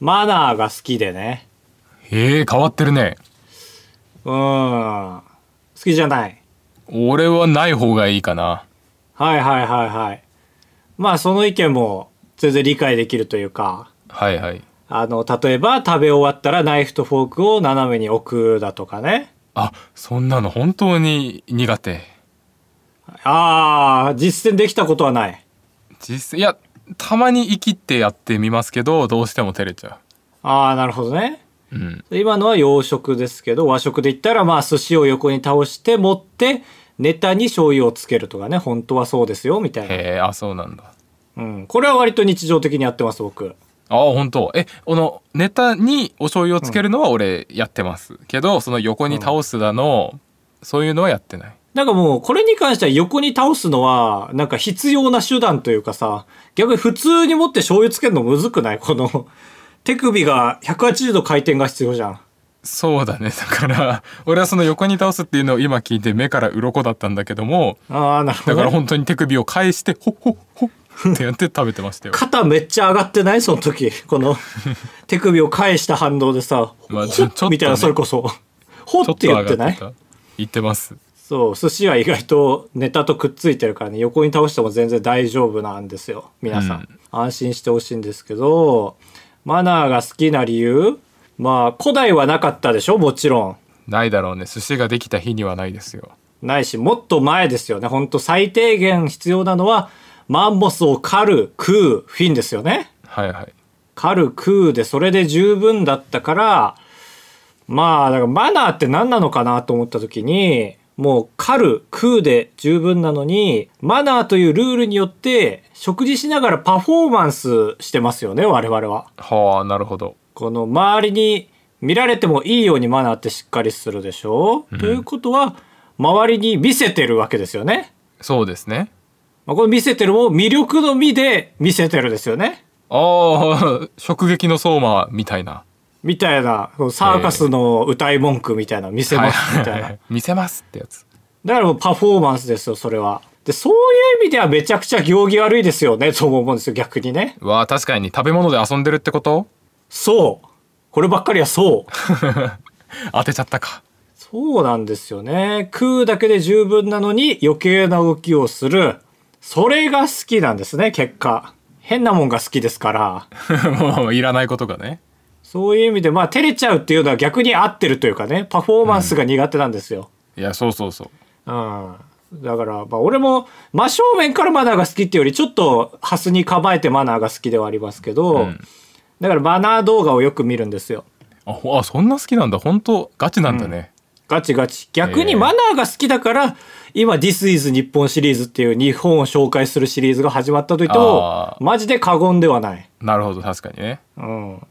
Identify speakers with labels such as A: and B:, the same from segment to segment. A: マナーが好きでね。
B: へえ変わってるね
A: うーん。好きじゃない。
B: 俺はない方がいいかな
A: はいはいはいはい。まあその意見も全然理解できるというか、
B: はいはい
A: あの、例えば食べ終わったらナイフとフォークを斜めに置くだとかね。
B: あそんなの本当に苦手
A: ああ、実践できたことはない。
B: 実際いやたまに生きてやってみますけどどうしても照れちゃ
A: ああ、なるほどね。
B: ううん
A: 今のは洋食ですけど、和食で言ったらまあ寿司を横に倒して持って、ネタに醤油をつけるとかね、本当はそうですよ、みたいな。
B: へえあそうなんだ
A: うん。これは割と日常的にやってます、僕。
B: あ本当えこのネタにお醤油をつけるのは俺やってます、けどその横に倒すだの、そういうのはやってない
A: なんかもう、これに関しては横に倒すのは、なんか必要な手段というかさ、逆に普通に持って醤油つけるのむずくない この、手首が180度回転が必要じゃん。
B: そうだねだから俺はその横に倒すっていうのを今聞いて目から鱗だったんだけども
A: ああ、なるほ
B: だ
A: ど、
B: から
A: ね。
B: 本当に手首を返してほっほっほっってやって食べてましたよ
A: 肩めっちゃ上がってないその時。こ の、手首を返した反動でさ、
B: まあち
A: ほ
B: ょ
A: っ
B: ちょっとね
A: みたいな、それこそ。ほっ
B: ちょってと
A: 言
B: 上
A: って
B: が
A: な
B: っ
A: い
B: てた言ってます
A: そう、寿司は意外とネタとくっついてるからね、横に倒しても全然大丈夫なんですよ。皆さん。
B: うん
A: 安心してほしいんですけど、マナーが好きな理由まあ、古代はなかったでしょもちろん。
B: ないだろうね寿司ができた日にはないですよ
A: ないし、もっと前ですよね。ほんと最低限必要なのは、マンモスを狩る、食う、フィンですよね。
B: はいはい
A: 狩る、食うで、それで十分だったから、まあ、だからマナーって何なのかなと思った時に、もう狩る、食うで十分なのに、マナーというルールによって、食事しながらパフォーマンスしてますよね、我々は。
B: はあなるほど
A: この周りに見られてもいいようにマナーってしっかりするでしょ、ということは、周りに見せてるわけですよね。
B: そうですね
A: まあ、この見せてるも魅力の見で見せてるですよね。
B: ああ直撃の相馬みたいな
A: みたいな、このサーカスの歌い文句みたいな、見せますみたいな。
B: 見せますってやつ
A: だからもうパフォーマンスですよ、それは。で、そういう意味ではめちゃくちゃ行儀悪いですよね、とも思うんですよ、逆にね。
B: わあ確かに食べ物で遊んでるってこと
A: そう。こればっかりはそう。
B: 当てちゃったか
A: そうなんですよね。食うだけで十分なのに余計な動きをする。それが好きなんですね、結果。変なもんが好きですから。
B: もういらないことがね
A: そういう意味で、まあ、照れちゃうっていうのは逆に合ってるというかね、パフォーマンスが苦手なんですよ。
B: いやそうそうそう
A: うん。だから、まあ、俺も真正面からマナーが好きっていうより、ちょっとハスに構えてマナーが好きではありますけど、
B: ん
A: だからマナー動画をよく見るんですよ。
B: あほあそんな好きなんだ本当ガチなんだね、
A: ガチガチ。逆
B: え
A: に
B: ー
A: マナーが好きだから、今 This is 日本シリーズっていう日本を紹介するシリーズが始まったと言っても
B: あ、ー
A: マジで過言ではない。
B: なるほど確かにね
A: うん。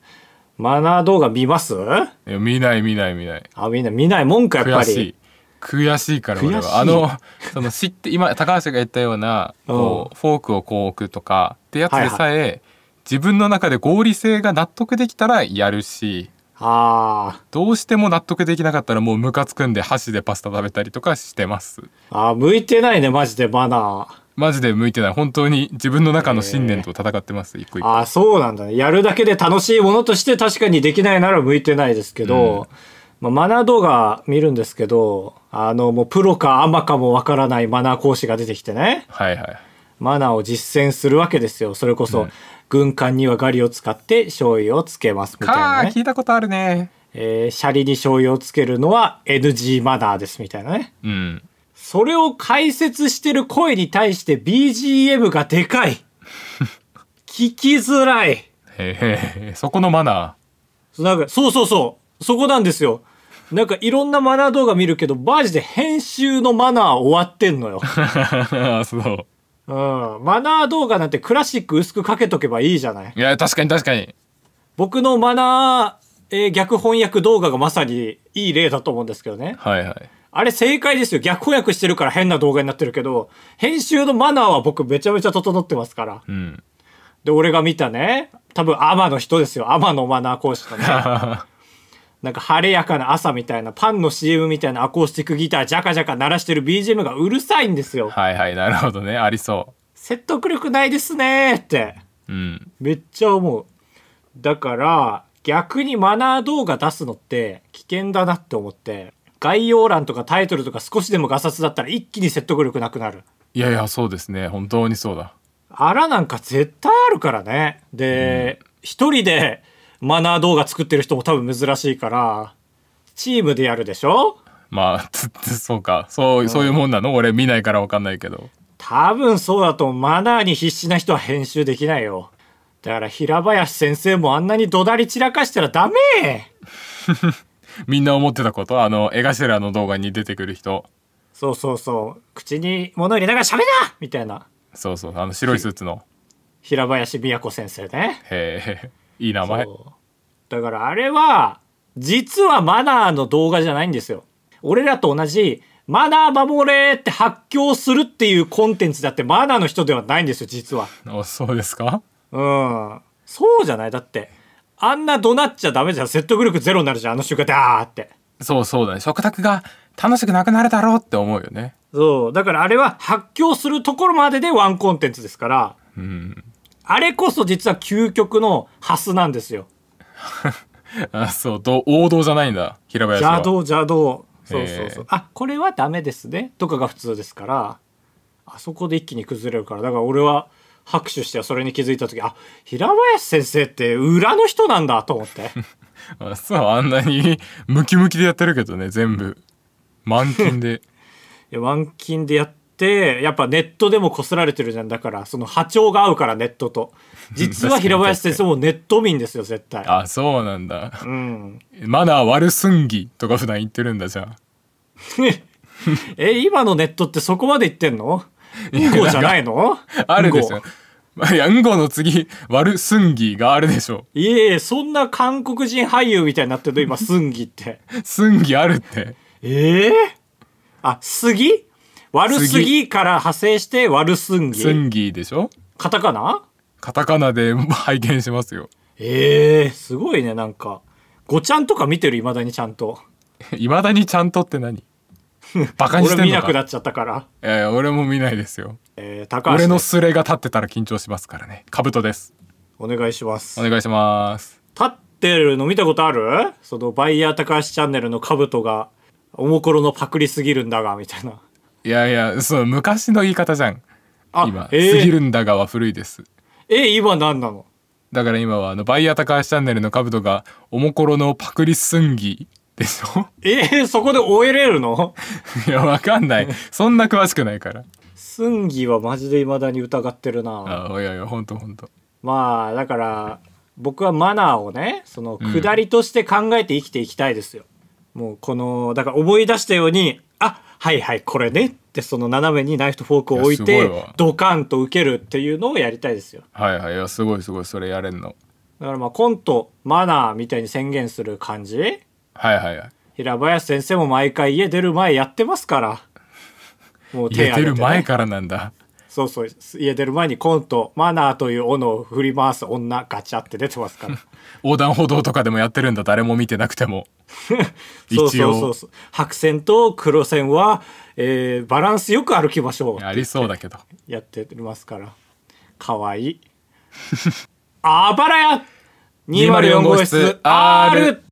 A: マナー動画見ます
B: いや見ない見ない見ない
A: あ、みんな見ないもんか、やっぱ
B: 悔
A: り。
B: しい悔しいから俺
A: 悔しい
B: はあのその知って今高橋が言ったようなこうフォークをこう置くとかってやつでさえ、自分の中で合理性が納得できたらやるし
A: あー
B: どうしても納得できなかったらもうムカつくんで箸でパスタ食べたりとかしてます
A: あー、向いてないね、マジでマナー。
B: マジで向いてない本当に自分の中の信念と戦ってます、一個一個
A: ああ、そうなんだね。やるだけで楽しいものとして確かにできないなら向いてないですけど、まあ、マナー動画見るんですけど、あの、もうプロかアマかもわからないマナー講師が出てきてね、
B: はいはい
A: マナーを実践するわけですよ。それこそ、軍艦にはガリを使って醤油をつけますみたい
B: か
A: な
B: あ
A: ね。
B: 聞いたことあるね
A: えーシャリに醤油をつけるのは NG マナーですみたいなね。
B: うん
A: それを解説してる声に対して BGM がでか い。聞きづらい。
B: へえそこのマナ
A: なんか、そうそうそう。そこなんですよ。なんかいろんなマナー動画見るけど、マジで編集のマナー終わってんのよ。
B: ー そう
A: うん。マナー動画なんてクラシック薄くかけとけばいいじゃない。
B: いや確かに確かに
A: 僕のマナー、えー逆翻訳動画がまさにいい例だと思うんですけどね。
B: はいはい
A: あれ正解ですよ。逆翻訳してるから変な動画になってるけど、編集のマナーは僕めちゃめちゃ整ってますから。
B: うん
A: で、俺が見たね、多分アマの人ですよ。アマのマナー講師のね。なんか晴れやかな朝みたいなパンの CM みたいなアコースティックギタージャカジャカ鳴らしてる BGM がうるさいんですよ。
B: はいはいなるほどねありそ
A: 説得力ないですねーって
B: ううん
A: めっちゃ思う。だから逆にマナー動画出すのって危険だなって思って概要欄とかタイトルとか少しでもガサツだったら一気に説得力なくなる
B: いやいやそうですね本当にそうだ
A: あらなんか絶対あるからねで一、人でマナー動画作ってる人も多分珍しいからチームでやるでしょ
B: まあつつそうかそうそういうもんなの俺見ないから分かんないけど
A: 多分そうだと思うマナーに必死な人は編集できないよだから平林先生もあんなに怒鳴り散らかしたらダメ
B: みんな思ってたことあの絵頭の動画に出てくる人
A: そうそうそう口に物入れながら喋るなみたいな
B: そうそうあの白いスーツの
A: 平林美也子先生ね
B: へえいい名前
A: そうだからあれは実はマナーの動画じゃないんですよ俺らと同じマナー守れって発狂するっていうコンテンツだってマナーの人ではないんですよ実は
B: あそうですか
A: うんそうじゃないだってあんな怒鳴っちゃダメじゃん説得力ゼロになるじゃんあの瞬間ダーって
B: そうそうだね食卓が楽しくなくなるだろうって思うよね
A: そうだからあれは発狂するところまででワンコンテンツですから
B: うん
A: あれこそ実は究極のハスなんですよ
B: あそうど王道じゃないんだ平林は
A: 邪道邪道そうそ
B: へ
A: う
B: え
A: そうあこれはダメですねとかが普通ですからあそこで一気に崩れるからだから俺は拍手してそれに気づいた時あ平林先生って裏の人なんだと思って
B: あそうあんなにムキムキでやってるけどね全部満金で
A: いやワンキンでやってやっぱネットでもこすられてるじゃんだからその波長が合うからネットと実は
B: 確かに
A: 平林先生もネット民ですよ絶対
B: あそうなんだ
A: うん
B: マナー悪すんぎとか普段言ってるんだじゃ
A: え今のネットってそこまで言ってんのうんこじゃないの
B: ああるでし
A: うん
B: ょ
A: こ
B: まあいやうんごの次悪すんぎがあるでしょ
A: いえいえそんな韓国人俳優みたいになってるの 今スンギって
B: すんぎあるって
A: ええあ、すぎ悪すぎから派生して悪すん
B: す
A: ぎ。
B: んぎでしょ
A: カタカナ
B: カタカナで 拝見しますよ
A: ええすごいね、なんか。ごちゃんとか見てる、未だにちゃんと。
B: いまだにちゃんとって何バカにして
A: 俺
B: ん
A: 見
B: の
A: なくな
B: か
A: っちゃったから。
B: 俺俺も見ないですよ
A: えー、高橋
B: 俺
A: で
B: の
A: す
B: スレが立ってたら緊張しますからねカブトです
A: お願いします。
B: お
A: 立
B: 願いします
A: ってるの見たことあるその、バイヤー高橋チャンネルの兜が、おもころのパクリすぎるんだが、みたいな。
B: いやいやそう昔の言い方じゃん
A: あ、
B: 今、
A: えー
B: すぎるんだがは古いです
A: えー今何なの
B: だから今はあのバイヤー高橋チャンネルのカブトがおもころのパクリすんぎでしょ
A: えーそこで終えれるの
B: いやわかんないそんな詳しくないから
A: すんぎはマジで未だに疑ってるな。
B: あいやいやほんとほんと
A: まあだから僕はマナーをねその下りとして考えて生きていきたいですよ、もうこのだから思い出したようにあはいはいこれねってその斜めにナイフとフォークを置い
B: いや
A: て
B: すごいわ
A: ドカンと受けるっていうのをやりたいですよ
B: はいはいいやすごいすごいそれやれんの
A: だからまあコントマナーみたいに宣言する感じ
B: はいはいはい
A: 平林先生も毎回家出る前やってますからもう
B: いや
A: 挙げ
B: 出る
A: ね
B: 前からなんだ
A: そうそう家出る前にコントマナーという斧を振り回す女ガチャって出てますから
B: 横断歩道とかでもやってるんだ誰も見てなくても一
A: そ
B: 応
A: うそうそうそう白線と黒線は、えーバランスよく歩きましょ
B: ありそうだけど
A: うやってますからかわいい あばらや204
B: 204
A: 号
B: 号
A: 室
B: 室
A: R!
B: R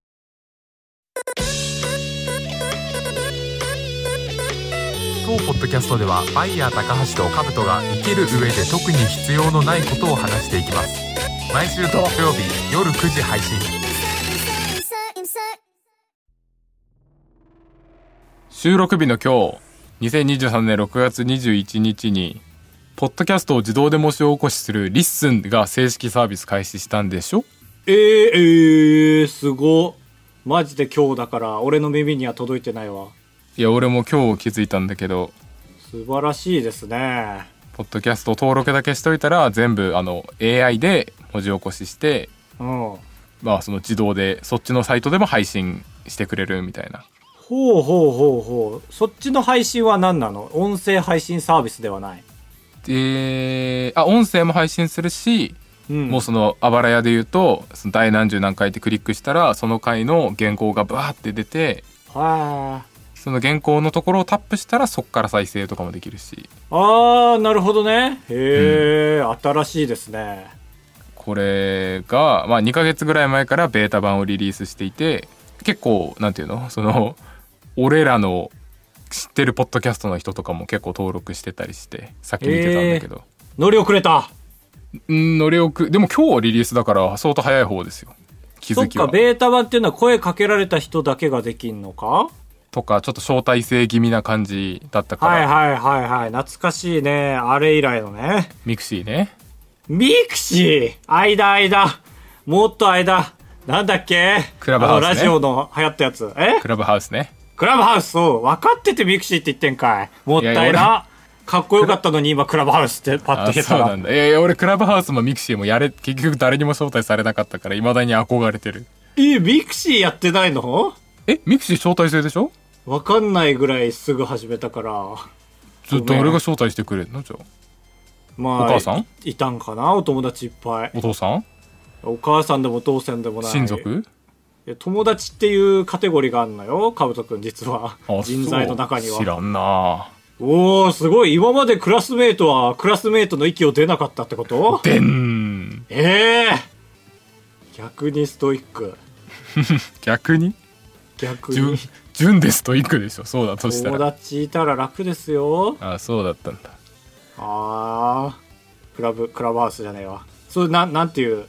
B: 当ポッドキャストではバイヤー高橋とカブトが生きる上で特に必要のないことを話していきます毎週土曜日夜9時配信
C: insert, insert.
B: 収録日の今日2023年6月21日にポッドキャストを自動で模試を起こしするリッスンが正式サービス開始したんでしょ
A: えー、えー、すごマジで今日だから俺の耳には届いてないわ
B: いや俺も今日気づいたんだけど
A: 素晴らしいですね
B: ポッドキャスト登録だけしといたら全部あの AI で文字起こしして
A: うん
B: まあその自動でそっちのサイトでも配信してくれるみたいな
A: ほうほうほうほうそっちの配信は何なの音声配信サービスではない、
B: であ音声も配信するし、
A: うん、
B: もうそのあばら屋で言うとその第何十何回ってクリックしたらその回の原稿がバーって出て
A: はあ
B: その原稿のところをタップしたらそっから再生とかもできるし
A: あーなるほどねへえ、新しいですね
B: これが、まあ、2ヶ月ぐらい前からベータ版をリリースしていて結構なんていうのその俺らの知ってるポッドキャストの人とかも結構登録してたりしてさっき見てたんだけど、
A: 乗り遅れた
B: うん乗り遅れでも今日リリースだから相当早い方ですよ気
A: そ
B: づ
A: っ
B: き
A: か
B: は
A: ベータ版っていうのは声かけられた人だけができんのか
B: とかちょっと招待制気味な感じだったから、
A: はいはいはいはい懐かしいねあれ以来のね
B: ミクシーね
A: ミクシー間間もっと間なんだっけ
B: クラブハウスね
A: あのラジオの流行ったやつえ
B: クラブハウスね
A: クラブハウスそう分かっててミクシーって言ってんかいもったいない
B: やいや
A: かっこよかったのに今クラブハウスってパッと
B: あ
A: 言っ
B: そ
A: た
B: うな
A: ら
B: んだいやいや俺クラブハウスもミクシーもやれ結局誰にも招待されなかったからいまだに憧れてる
A: えミクシーやってないの
B: えミクシー招待制でしょ
A: 分かんないぐらいすぐ始めたから
B: ずっ
A: ご
B: と
A: めん
B: 俺が招待してくれるのじゃあ
A: まあ
B: お母さん
A: いいたんかなお友達いっぱい
B: お父さん
A: お母さんでもお父さんでもない
B: 親族
A: いや友達っていうカテゴリーがあるのよカブト君実は
B: あ
A: 人材の中には
B: そう知らんな
A: おおすごい今までクラスメートはクラスメートの息を出なかったって こと
B: でん
A: ええ逆にストイック
B: 逆に
A: 逆
B: 純
A: に
B: 純ですといくでしょそうだとした
A: 友
B: ら
A: 達いたら楽ですよ
B: あそうだったんだ
A: あークラブクラブハウスじゃねえわそれなんなんていう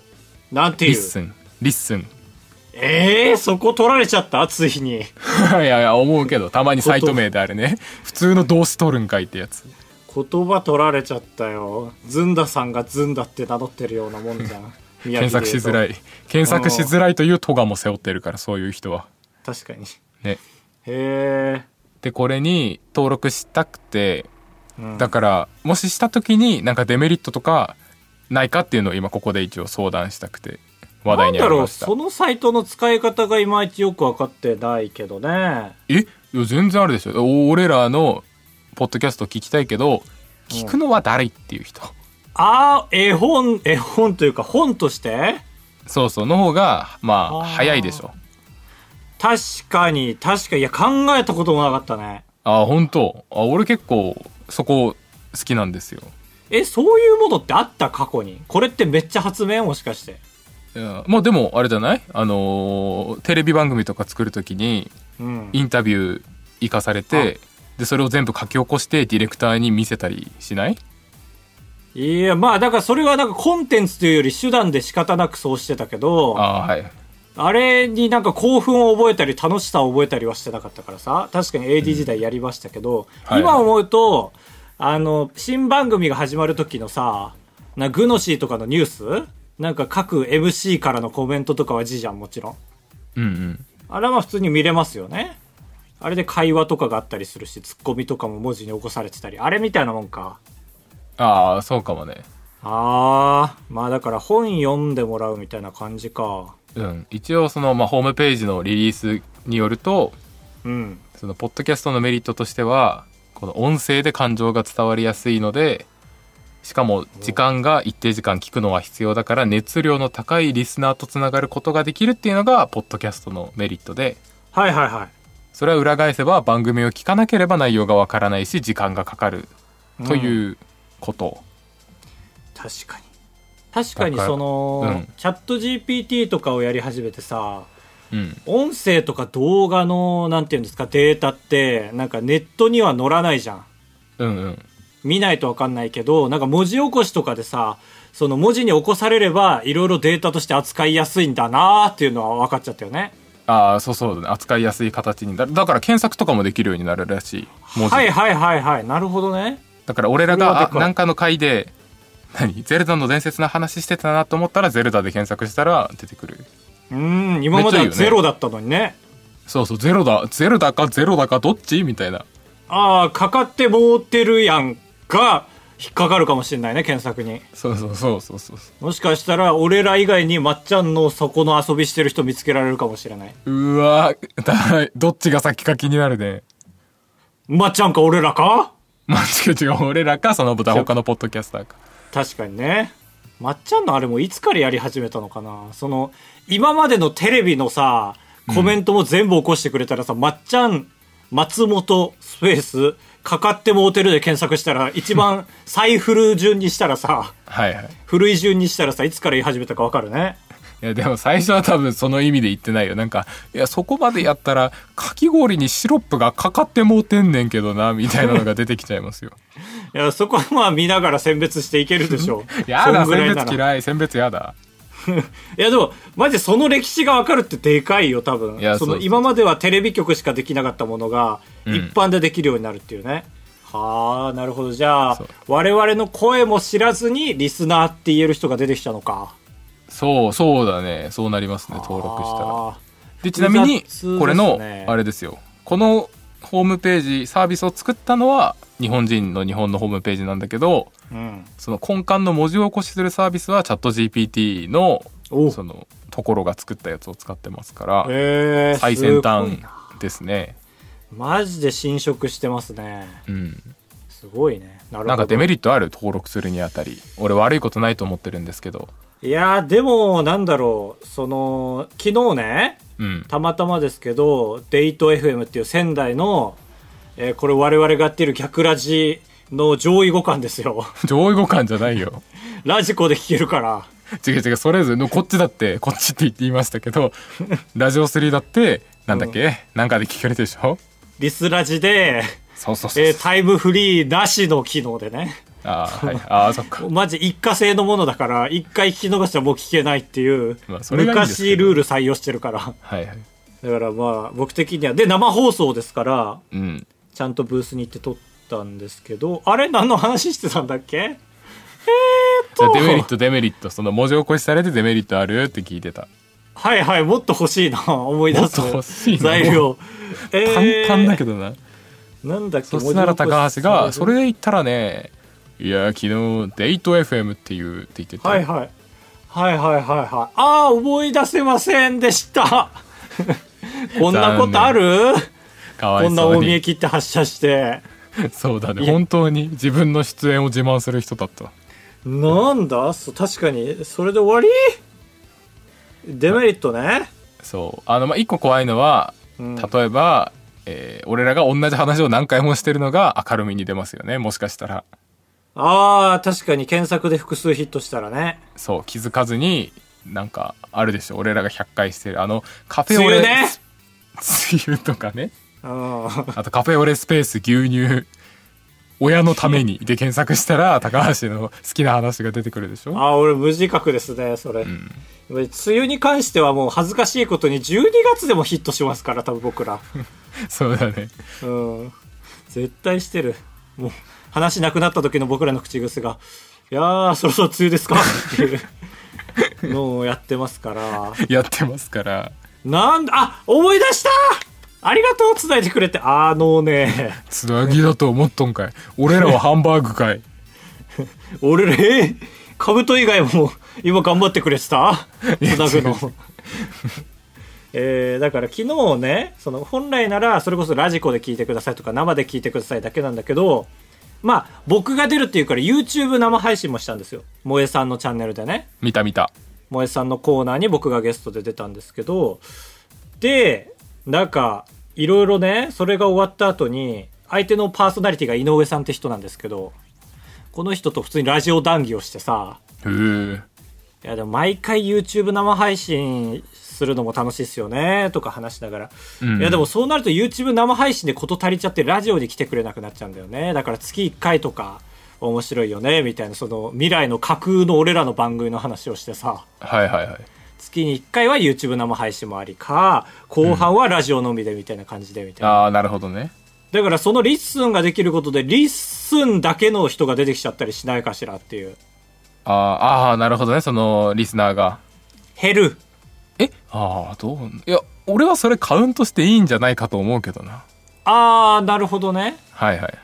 A: なんて
B: リッ
A: いう
B: スンリッスン
A: ええそこ取られちゃったついに
B: いやいや思うけどたまにサイト名であれ ね普通の動詞取るんかいってやつ
A: 言葉取られちゃったよずんださんがずんだって名乗ってるようなもんじゃ ん
B: 検索しづら
A: い
B: い検索しづらいというトガも背負ってるからそういう人は
A: 確かに
B: ね
A: へえ
B: でこれに登録したくて、だからもしした時になんかデメリットとかないかっていうのを今ここで一応相談したくて話
A: な
B: 題
A: ん
B: にあ
A: だ
B: り
A: ろ
B: ま
A: う
B: した
A: そのサイトの使い方がいまいちよく分かってないけどね
B: えいや全然あるでしょお俺らのポッドキャスト聞きたいけど聞くのは誰っていう人、
A: ああ絵本絵本というか本として
B: そうそうの方がまあ
A: あー
B: 早いでしょ
A: 確かに確かにいや考えたこともなかったね
B: あ本当あ俺結構そこ好きなんですよ
A: えそういうものってあった過去にこれってめっちゃ発明もしかして
B: いやまあでもあれじゃないあのーテレビ番組とか作る時に
A: うん
B: インタビュー行かされてでそれを全部書き起こしてディレクターに見せたりしない
A: いやまあだからそれはなんかコンテンツというより手段で仕方なくそうしてたけどあ
B: ああはい
A: れになんか興奮を覚えたり楽しさを覚えたりはしてなかったからさ確かに AD 時代やりましたけど、
B: はい
A: 今思うとあの新番組が始まる時のさなグノシーとかのニュースなんか各 MC からのコメントとかは字じゃんもちろん
B: うんうん
A: あれはまあ普通に見れますよねあれで会話とかがあったりするしツッコミとかも文字に起こされてたりあれみたいなもんか
B: ああそうかもね
A: あーまあだから本読んでもらうみたいな感じか
B: うん一応その、まあ、ホームページのリリースによると
A: うん
B: そのポッドキャストのメリットとしてはこの音声で感情が伝わりやすいのでしかも時間が一定時間聞くのは必要だから熱量の高いリスナーとつながることができるっていうのがポッドキャストのメリットで
A: はいはいはい
B: それは裏返せば番組を聞かなければ内容がわからないし時間がかかるということ、
A: 確かに確かに
B: だから
A: その、
B: うん
A: チャット GPT とかをやり始めてさ
B: うん
A: 音声とか動画のなんていうんですかデータってなんかネットには載らないじゃん
B: うんうん
A: 見ないと分かんないけどなんか文字起こしとかでさその文字に起こされればいろいろデータとして扱いやすいんだなーっていうのは分かっちゃったよね
B: ああそうそうだね扱いやすい形にだだから検索とかもできるようになるらしい文字
A: はいはいはいはいなるほどね
B: だから俺ら
A: それは
B: が
A: で
B: あ
A: かい
B: なんかの回で何ゼルダの伝説の話してたなと思ったらゼルダで検索したら出てくる
A: うーん今までは
B: めっちゃいい
A: ゼ
B: よね
A: ロだったのにね
B: そうそうゼロだゼルダかゼロだかどっちみたいな
A: ああ、かかってもうてるやんが、引っかかるかもしれないね、検索に。
B: そうそうそうそうそう
A: もしかしたら、俺ら以外にまっちゃんのそこの遊びしてる人見つけられるかもしれない。
B: うわだどっちが先か気になる ね
A: まっちゃんか俺らか
B: まあ違う違う俺らかその他他のポッドキャスターか
A: 確かにね。まっちゃんのあれもいつからやり始めたのかなその、今までのテレビのさ、コメントも全部起こしてくれたらさ、まっちゃん、松本、スペース、かかってもうてるで検索したら、一番再フル順にしたらさ、
B: はいはい
A: 古い順にしたらさ、いつから言い始めたかわかるね。
B: いやでも最初は多分その意味で言ってないよなんかいやそこまでやったらかき氷にシロップがかかってもうてんねんけどなみたいなのが出てきちゃいますよ
A: いや、そこはまあ見ながら選別していけるでしょう。
B: やだ
A: そんぐら
B: 選
A: いな
B: 別
A: ら
B: 嫌い選別やだ
A: いやでも、マジでその歴史がわかるってでかいよ、多分。
B: いや
A: そ
B: そ
A: の
B: うそう
A: 今まではテレビ局しかできなかったものが、
B: ん
A: 一般でできるようになるっていうね。はあ、なるほど。じゃあ
B: そう、
A: 我々の声も知らずにリスナーって言える人が出てきたのか。
B: そうそうだねそうなりますね登録したら
A: あ
B: でちなみに
A: 複雑ですね
B: これのあれですよこのホームページサービスを作ったのは日本人の日本のホームページなんだけど
A: ーうん。
B: その根幹の文字起こしするサービスはチャット GPT の
A: お
B: そのところが作ったやつを使ってますから
A: えー、
B: 最先
A: すご
B: 端
A: いな
B: ですね
A: マジで侵食してますね。
B: うん
A: すごいね。なるほど。
B: なんかデメリットある登録するにあたり俺悪いことないと思ってるんですけど
A: いやー、でも、なんだろう。その、昨日ね、
B: うん
A: たまたまですけど、デイト FM っていう仙台の、えーこれ我々がやってる逆ラジの上位互換ですよ。
B: 上位互換じゃないよ
A: ラジコで聞けるから。
B: 違う違うそれぞれのこっちだってこっちって言っていましたけ どラジオ3だってなんだっけ、なんかで聞けるでしょ
A: リスラジで、
B: そうそうそうそう、
A: えータイムフリーなしの機能でね。
B: あー、 はい、あーそっか
A: マジ一過性のものだから、一回聞き逃したらもう聞けないっていう、
B: まあそれがいいんです
A: 昔
B: けど
A: ルール採用してるから。
B: はいはい
A: だからまあ、僕的には。で、生放送ですから、
B: うん
A: ちゃんとブースに行って撮ったんですけど、あれ何の話してたんだっけ
B: じゃあデメリットデメリットその文字起こしされてデメリットあるって聞いてた
A: はいはい、もっと欲しいな、 思い出す。
B: もっと欲しいな
A: 材料。えー、
B: 簡単だけどな
A: なんだっけ、
B: そしたら高橋がそれ
A: は
B: で言ったらねいや昨日デート FM っていうって言ってた、
A: いはい。はいはいはいはい。ああ、思い出せませんでした。 こんなことある
B: かわ
A: こ
B: い
A: んな
B: そう
A: 大見え
B: に
A: 切って発射して。
B: そうだね
A: いや
B: 本当に自分の出演を自慢する人だった
A: なんだそう確かに。それで終わりデメリットね。
B: そうあのまあ一個怖いのは
A: うん
B: 例えば、えー俺らが同じ話を何回もしてるのが明るみに出ますよねもしかしたら
A: ああ、確かに検索で複数ヒットしたらね。
B: そう気づかずになんかあるでしょ俺らが100回してるあのカフェ
A: 梅
B: オレ
A: 雨ね。
B: 梅雨とかね
A: うん。
B: あとカフェオレスペース牛乳親のためにで検索したら高橋の好きな話が出てくるでしょ
A: あー俺無自覚ですねそれ、梅雨に関してはもう恥ずかしいことに12月でもヒットしますから多分僕ら
B: そうだね
A: うん絶対してるもう話なくなった時の僕らの口癖が「いやーそろそろ梅雨ですか?」っていうのをやってますから
B: やってますから
A: なんだあ思い出したありがとう伝えてくれてあのね
B: つなぎだと思っとんかい俺らはハンバーグかい
A: 俺らえー兜以外も今頑張ってくれてたつなぐの。 えーだから昨日ねその本来ならそれこそラジコで聞いてくださいとか生で聞いてくださいだけなんだけどまあ僕が出るっていうから YouTube 生配信もしたんですよ萌えさんのチャンネルでね
B: 見た見た
A: 萌えさんのコーナーに僕がゲストで出たんですけどでなんかいろいろねそれが終わった後に相手のパーソナリティが井上さんって人なんですけどこの人と普通にラジオ談義をしてさ
B: へえ
A: いやでも毎回 YouTube 生配信するのも楽しいっすよねとか話しながら、
B: うん
A: いやでもそうなると YouTube 生配信で事足りちゃってラジオに来てくれなくなっちゃうんだよねだから月1回とか面白いよねみたいなその未来の架空の俺らの番組の話をしてさ
B: はいはいはい
A: 月に1回は YouTube 生配信もありか後半はラジオのみでみたいな感じでみたいな、
B: ああなるほどね
A: だからそのリッスンができることでリッスンだけの人が出てきちゃったりしないかしらっていう
B: あーあーなるほどねそのリスナーが
A: 減る
B: えああどういや俺はそれカウントしていいんじゃないかと思うけどな
A: あーなるほどね
B: はいはい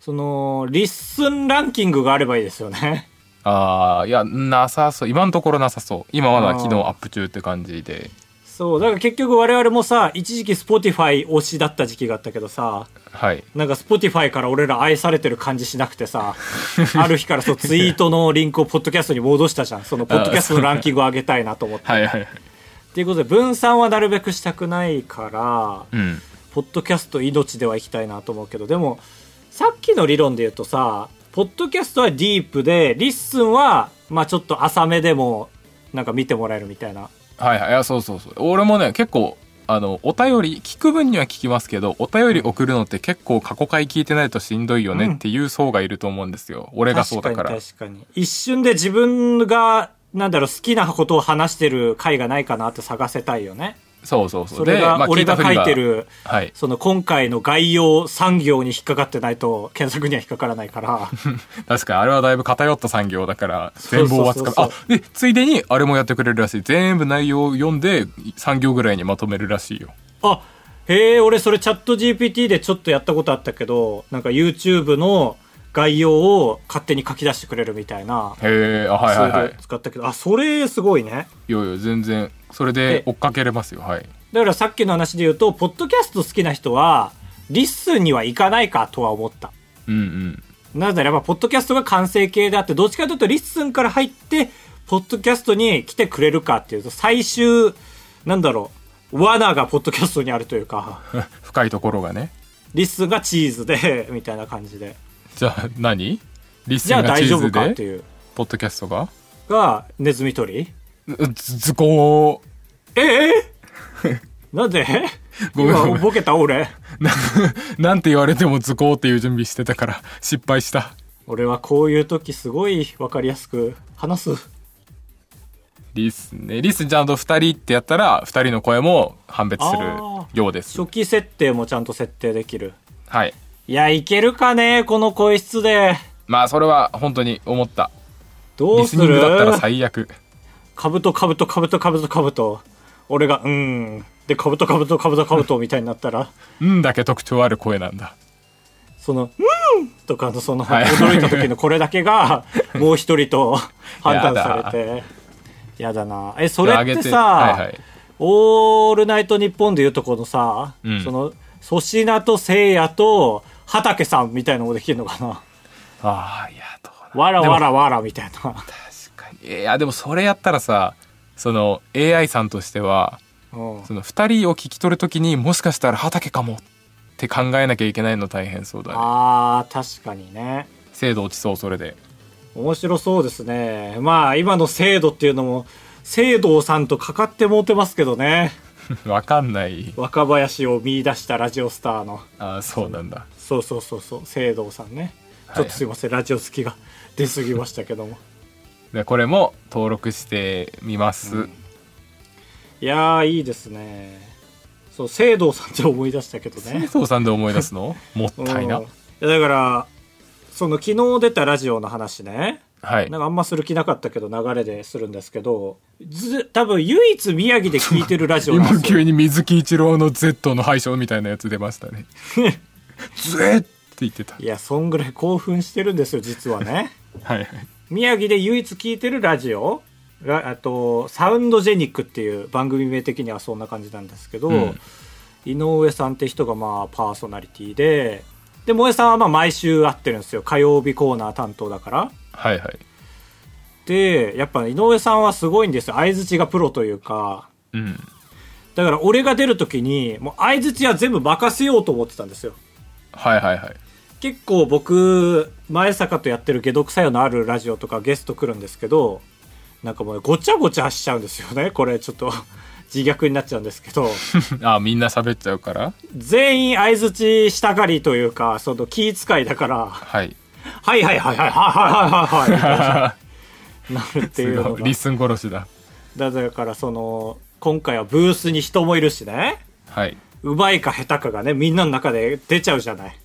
A: そのリッスンランキングがあればいいですよね
B: ああいやなさそう今のところなさそう今まだ昨日
A: あ
B: アップ中って感じで
A: そうだから結局我々もさ一時期 Spotify 推しだった時期があったけどさ
B: はい
A: なんか Spotify から俺ら愛されてる感じしなくてさある日からそうツイートのリンクをポッドキャストに戻したじゃんそのポッドキャストのランキングを上げたいなと思って
B: はいはいはい
A: っていうことで分散はなるべくしたくないから
B: うん
A: ポッドキャスト命ではいきたいなと思うけどでもさっきの理論で言うとさポッドキャストはディープでリッスンはまあちょっと浅めでもなんか見てもらえるみたいな
B: はいはいいやそうそうそう俺もね結構あのお便り聞く分には聞きますけどお便り送るのって結構過去回聞いてないとしんどいよねっていう層がいると思うんですよ、俺がそうだか
A: 確
B: ら
A: かに確かに一瞬で自分がなんだろう好きなことを話してる回がないかなって探せたいよね
B: そうそうそう
A: それが俺が書いて、る、
B: はい
A: その今回の概要産業に引っかかってないと検索には引っかからないから
B: 確かにあれはだいぶ偏った産業だから全貌はつか
A: そうそう
B: あでついでにあれもやってくれるらしい全部内容を読んで産業ぐらいにまとめるらしいよ
A: あへえ俺それチャット GPT でちょっとやったことあったけどなんか YouTube の概要を勝手に書き出してくれるみたいな
B: へえあ
A: ツ
B: はいはいは
A: ー
B: い
A: ル使ったけど、あそれすごいね
B: いやいや全然それ
A: で
B: で追っかけれますよはい
A: だからさっきの話で言うとポッドキャスト好きな人はリッスンには行かないかとは思った
B: うんうん
A: なぜならばポッドキャストが完成形であってどっちかというとリッスンから入ってポッドキャストに来てくれるかっていうと最終なんだろう罠がポッドキャストにあるというか
B: 深いところがね
A: リッスンがチーズでみたいな感じで
B: じゃあ何リス
A: じゃ
B: ン
A: あ
B: がチ
A: 大丈
B: ーズ
A: 夫かって
B: で
A: いう
B: ポッドキャストが
A: がネズミ捕り
B: うずずこー
A: ええなんで
B: ごめんごめん
A: 今ボケた俺
B: な なんて言われても図工っていう準備してたから失敗した
A: 俺はこういう時すごい分かりやすく話す
B: リスねリスちゃんと2人ってやったら2人の声も判別する
A: あー
B: ようです
A: 初期設定もちゃんと設定できる
B: はい
A: いやいけるかねこの声質で
B: まあそれは本当に思った
A: ど
B: リ
A: う
B: ス
A: す
B: ニン
A: る
B: グだったら最悪
A: かぶとかぶとかぶとかぶとかぶと俺がうーんでかぶとかぶとかぶとかぶとみたいになったら
B: うんだけ特徴ある声なんだ
A: その「うーん!」とかのその
B: はい
A: 驚いた時のこれだけ がもう一人と判断されてやだなえそれってさ、
B: はいはい
A: オールナイトニッポン」でいうとこのさ、
B: うん
A: その粗品とせいやと畑さんみたいのもできるのかな
B: ああいやどうなん
A: わら
B: でも
A: わらわらみたい な、
B: 確かにいやでもそれやったらさその AI さんとしては
A: うん、
B: その2人を聞き取るときにもしかしたら畑かもって考えなきゃいけないの大変そうだね
A: あー確かにね
B: 精度落ちそうそれで
A: 面白そうですねまあ今の制度っていうのも制度さんとかかってもうてますけどね
B: わかんない
A: 若林を見出したラジオスターの
B: ああそうなんだ
A: そうそうそうそう制度さんね
B: はい
A: ちょっとすいません、ラジオ好きが出過ぎましたけども
B: でこれも登録してみます、
A: いやーいいですねそう制度さんって思い出したけど
B: 清
A: ね
B: 掃さんで思い出 すのもっ
A: うん
B: たいな
A: やだからその昨日出たラジオの話ね
B: はい
A: なんかあんまする気なかったけど流れでするんですけどず多分唯一宮城で聞いてるラジオなん
B: 今
A: ですよ
B: 急に水木一郎の Z の敗傷みたいなやつ出まし たね Z って言ってたはい
A: や、そんぐらい興奮してるんですよ、実はね。
B: いはい
A: 宮城で唯一聞いてるラジオが、あと、サウンドジェニックっていう番組名的にはそんな感じなんですけど、
B: うん
A: 井上さんって人がまあパーソナリティで、で、萌えさんはまあ毎週会ってるんですよ。火曜日コーナー担当だから。
B: はいはい
A: で、やっぱ井上さんはすごいんですよ。相づちがプロというか。
B: うん
A: だから俺が出るときに、もう相づちは全部任せようと思ってたんですよ。
B: はいはいはい
A: 結構僕前坂とやってる解毒作用のあるラジオとかゲスト来るんですけどなんかもうごちゃごちゃしちゃうんですよね これちょっと自虐になっちゃうんですけど
B: あみんな喋っちゃうから
A: 全員相づちしたがりというかその気遣いだから
B: はい
A: 「はいはいはいはいはいはいはいはい」なるっていう
B: す
A: の
B: ごい
A: が
B: リスン殺しだ
A: だだからその今回はブースに人もいるしね
B: はい
A: 上手いか下手かがねみんなの中で出ちゃうじゃない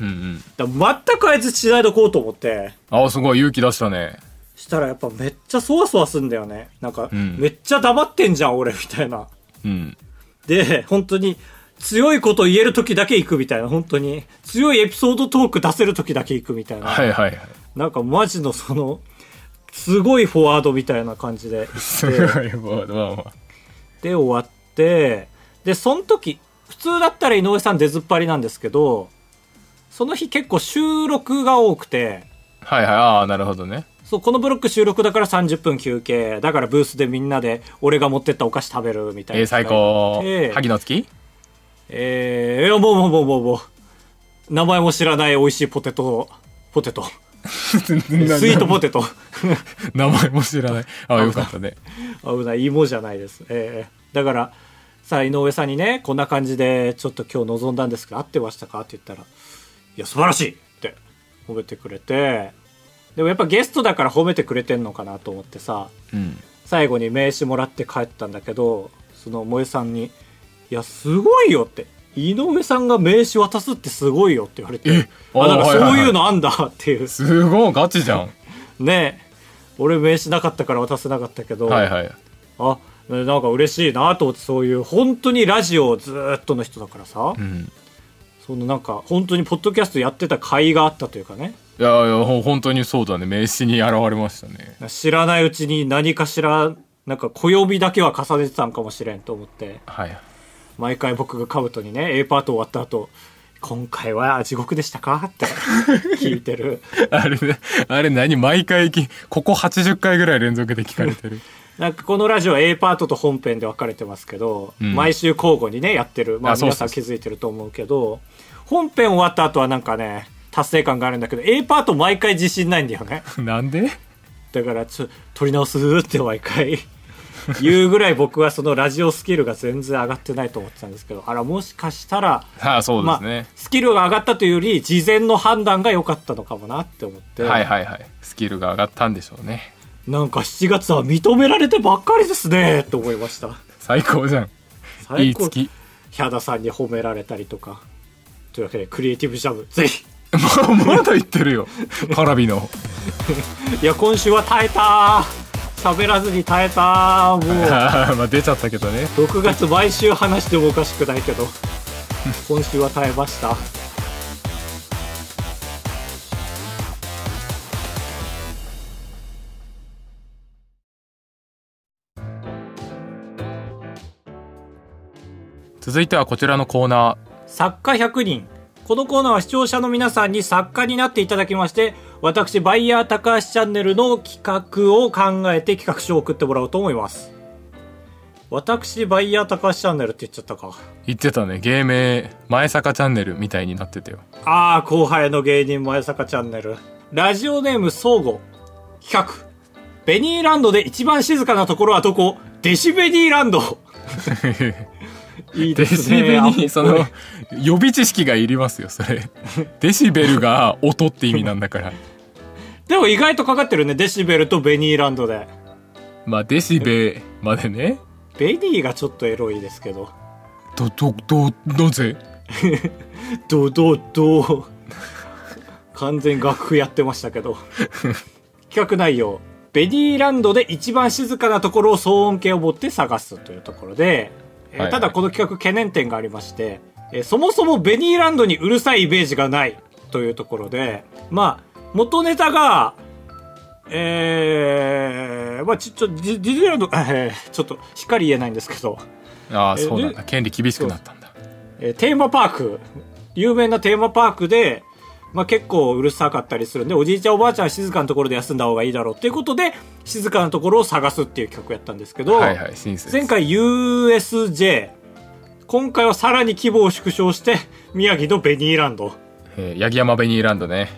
B: うんうん
A: だから全く相づちしないとこうと思って
B: あすごい勇気出したね
A: したらやっぱめっちゃそわそわすんだよねなんか、
B: うん
A: めっちゃ黙ってんじゃん俺みたいな
B: うん
A: で本当に強いこと言える時だけ行くみたいな本当に強いエピソードトーク出せる時だけ行くみたいな、
B: はいはいはい
A: なんかマジのそのすごいフォワードみたいな感じで行って
B: す ごいもうまあまあ
A: で終わってでその時普通だったら井上さん出ずっぱりなんですけどその日結構収録が多くて
B: はいはいああなるほどね
A: そう、このブロック収録だから30分休憩。だからブースでみんなで俺が持ってったお菓子食べるみたいな。
B: えー、最高
A: えー
B: 萩の月
A: えー、いやもうもうもうもうもう。名前も知らない美味しいポテト、ポテト。
B: スイ
A: スイートポ
B: テ
A: テト。
B: 名前も知らない。あ、よかったね。
A: 危ない芋じゃないです、ええだからさあ井上さんにねこんな感じでちょっと今日望んだんですが合ってましたかって言ったら「いや素晴らしい!」って褒めてくれてでもやっぱゲストだから褒めてくれてんのかなと思ってさ
B: うん。
A: 最後に名刺もらって帰ったんだけどその萌えさんに「いやすごいよ」って「井上さんが名刺渡すってすごいよ」って言われて
B: え
A: 「あだから
B: あはいはい
A: そ
B: はいう
A: いうのあんだ」っていう
B: すごい、ガチじゃん。
A: ね俺名刺なかったから渡せなかったけど、
B: はいはい。
A: あなんか嬉しいなと思ってそういう本当にラジオをずーっとの人だからさ、
B: うん。
A: そのなんか本当にポッドキャストやってた甲斐があったというかね
B: いやいや、ほ本当にそうだね。名刺に現れましたね。
A: 知らないうちに何かしらなんか暦だけは重ねてたんかもしれんと思って
B: はい。
A: 毎回僕がカブトにね A パート終わった後今回は地獄でしたか?」って聞いて る
B: あれね、あれ何毎回き、ここ80回ぐらい連続で聞かれてる。
A: なんかこのラジオは A パートと本編で分かれてますけど、
B: ん
A: 毎週交互にねやってるまあ
B: あそう
A: 皆
B: そ
A: さ
B: うん
A: 気づいてると思うけど本編終わった後はなんかね達成感があるんだけど A パート毎回自信ないんだよね
B: なんで
A: だからちょ撮り直すって毎 回言うぐらい僕はそのラジオスキルが全然上がってないと思ってたんですけどあらもしかしたら、
B: ああ、そうで
A: ますあ
B: ね。
A: スキルが上がったというより事前の判断が良かったのかもなって思って、
B: はいはいはい。スキルが上がったんでしょうね。
A: なんか7月は認められてばっかりですねと思いました
B: 最高じゃん。いい月。
A: ヒャダさんに褒められたりとか。というわけで、クリエイティブジャム、ぜひ。
B: ま まだ言って るよ。パラビの。
A: いや、今週は耐えたー喋らずに耐えたーも
B: あー まあ出ちゃったけどね。
A: う、6月毎週話してもおかしくないけど、今週は耐えました。
B: 続いてはこちらのコーナー。
A: 作家100人。このコーナーは視聴者の皆さんに作家になっていただきまして、私、バイヤー高橋チャンネルの企画を考えて企画書を送ってもらおうと思います。私、バイヤー高橋チャンネルって言っちゃったか。
B: 言ってたね。芸名、前坂チャンネルみたいになって たよ。
A: ああ、後輩の芸人前坂チャンネル。ラジオネーム相互。企画。ベニーランドで一番静かなところはどこデシベニーランド。 いいで
B: デ
A: す
B: シ
A: ね。
B: ベ
A: あほっこ
B: に、
A: り
B: その、予備知識がいりますよ、そ れ。デシベルが音って意味なんだから。
A: でも意外とかかってるね。デシベルとベニーランドで。
B: まあ、デシベまでね。
A: ベニーがちょっとエロいですけど。
B: ど、ど、ど、なぜ
A: ドドド。完全に楽譜やってましたけど。企画内容。ベニーランドで一番静かなところを騒音計を持って探すというところで、えー
B: はいは
A: た
B: い
A: だこの企画懸念点がありまして、えーそもそもベニーランドにうるさいイメージがないというところで、まあ、元ネタが、えー、まあちょ、ちょ、ディディズニーランド、えーちょっと、しっかり言えないんですけど、
B: ああ、
A: え
B: そうなんだ。
A: で
B: 権利厳しくなったんだ。
A: えーテーマパーク、有名なテーマパークで、まあ、結構うるさかったりするんで、おじいちゃんおばあちゃんは静かなところで休んだ方がいいだろうっていうことで、静かなところを探すっていう企画やったんですけど、
B: はいはい、親切。
A: 前回 USJ、今回はさらに規模を縮小して、宮城のベニーランド。
B: えー、八木山ベニーランドね。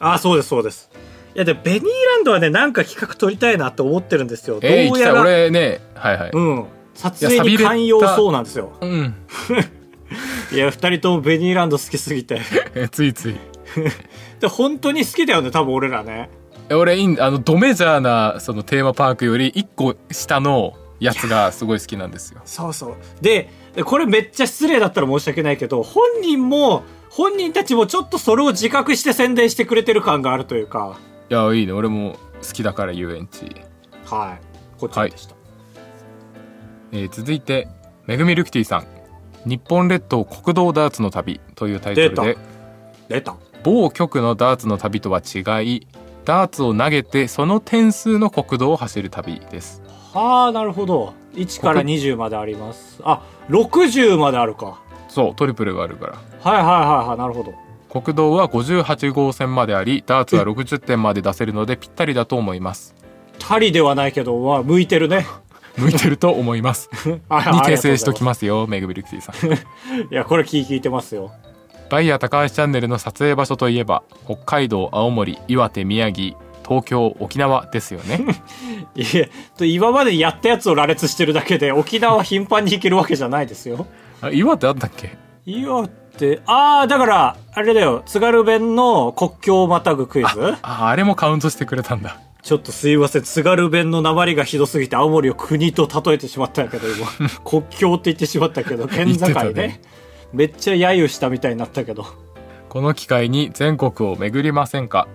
A: ああ、そうです、そうです。いや、で、ベニーランドはね、なんか企画撮りたいなと思ってるんですよ。
B: えー、行
A: どう
B: きた
A: や
B: い。
A: ら、
B: 俺ね、はいはい。
A: うん。撮影
B: い
A: に
B: や
A: 寛容そうなんですよ。
B: うん。
A: いや、二人ともベニーランド好きすぎて。
B: え ついつい。
A: で、本当に好きだよね、多分俺らね。
B: え俺いいんあのドメジャーなそのテーマパークより1個下のやつがすごい好きなんですよ
A: そうそう。で、これめっちゃ失礼だったら申し訳ないけど、本人も、本人たちもちょっとそれを自覚して宣伝してくれてる感があるというか、
B: いやいいね俺も好きだから遊園地、
A: はい。こっちでした。
B: えー続いてめぐみルクティさん「日本列島国道ダーツの旅」というタイトル
A: 出
B: で
A: た出た。
B: 某局のダーツの旅とは違いダーツを投げてその点数の国道を走る旅です
A: はあ、なるほど。1から20まであります。あ、60まであるか。
B: そうトリプルがあるから
A: はいはいはいはい、なるほど。
B: 国道は58号線までありダーツは60点まで出せるのでぴったりだと思います
A: たりではないけど、まあ、向いてるね。
B: 向いてると思います
A: あ
B: に訂正しとき
A: ま
B: ますよ、めぐみルクティさん。
A: す。いや、これ聞いてますよ。
B: バイヤー高橋チャンネルの撮影場所といえば北海道青森岩手宮城東京沖縄ですよね
A: いえ今までやったやつを羅列してるだけで沖縄頻繁に行けるわけじゃないですよ
B: あ岩手あったっけ
A: 岩手ああだからあれだよ津軽弁の国境をまたぐクイズ
B: ああれもカウントしてくれたんだ
A: ちょっとすいません津軽弁の訛りがひどすぎて青森を国と例えてしまったんやけど今 国境って言ってしまったけど県境
B: 言って
A: ね
B: たね
A: めっちゃ揶揄したみたいになったけど
B: この機会に全国を巡りませんか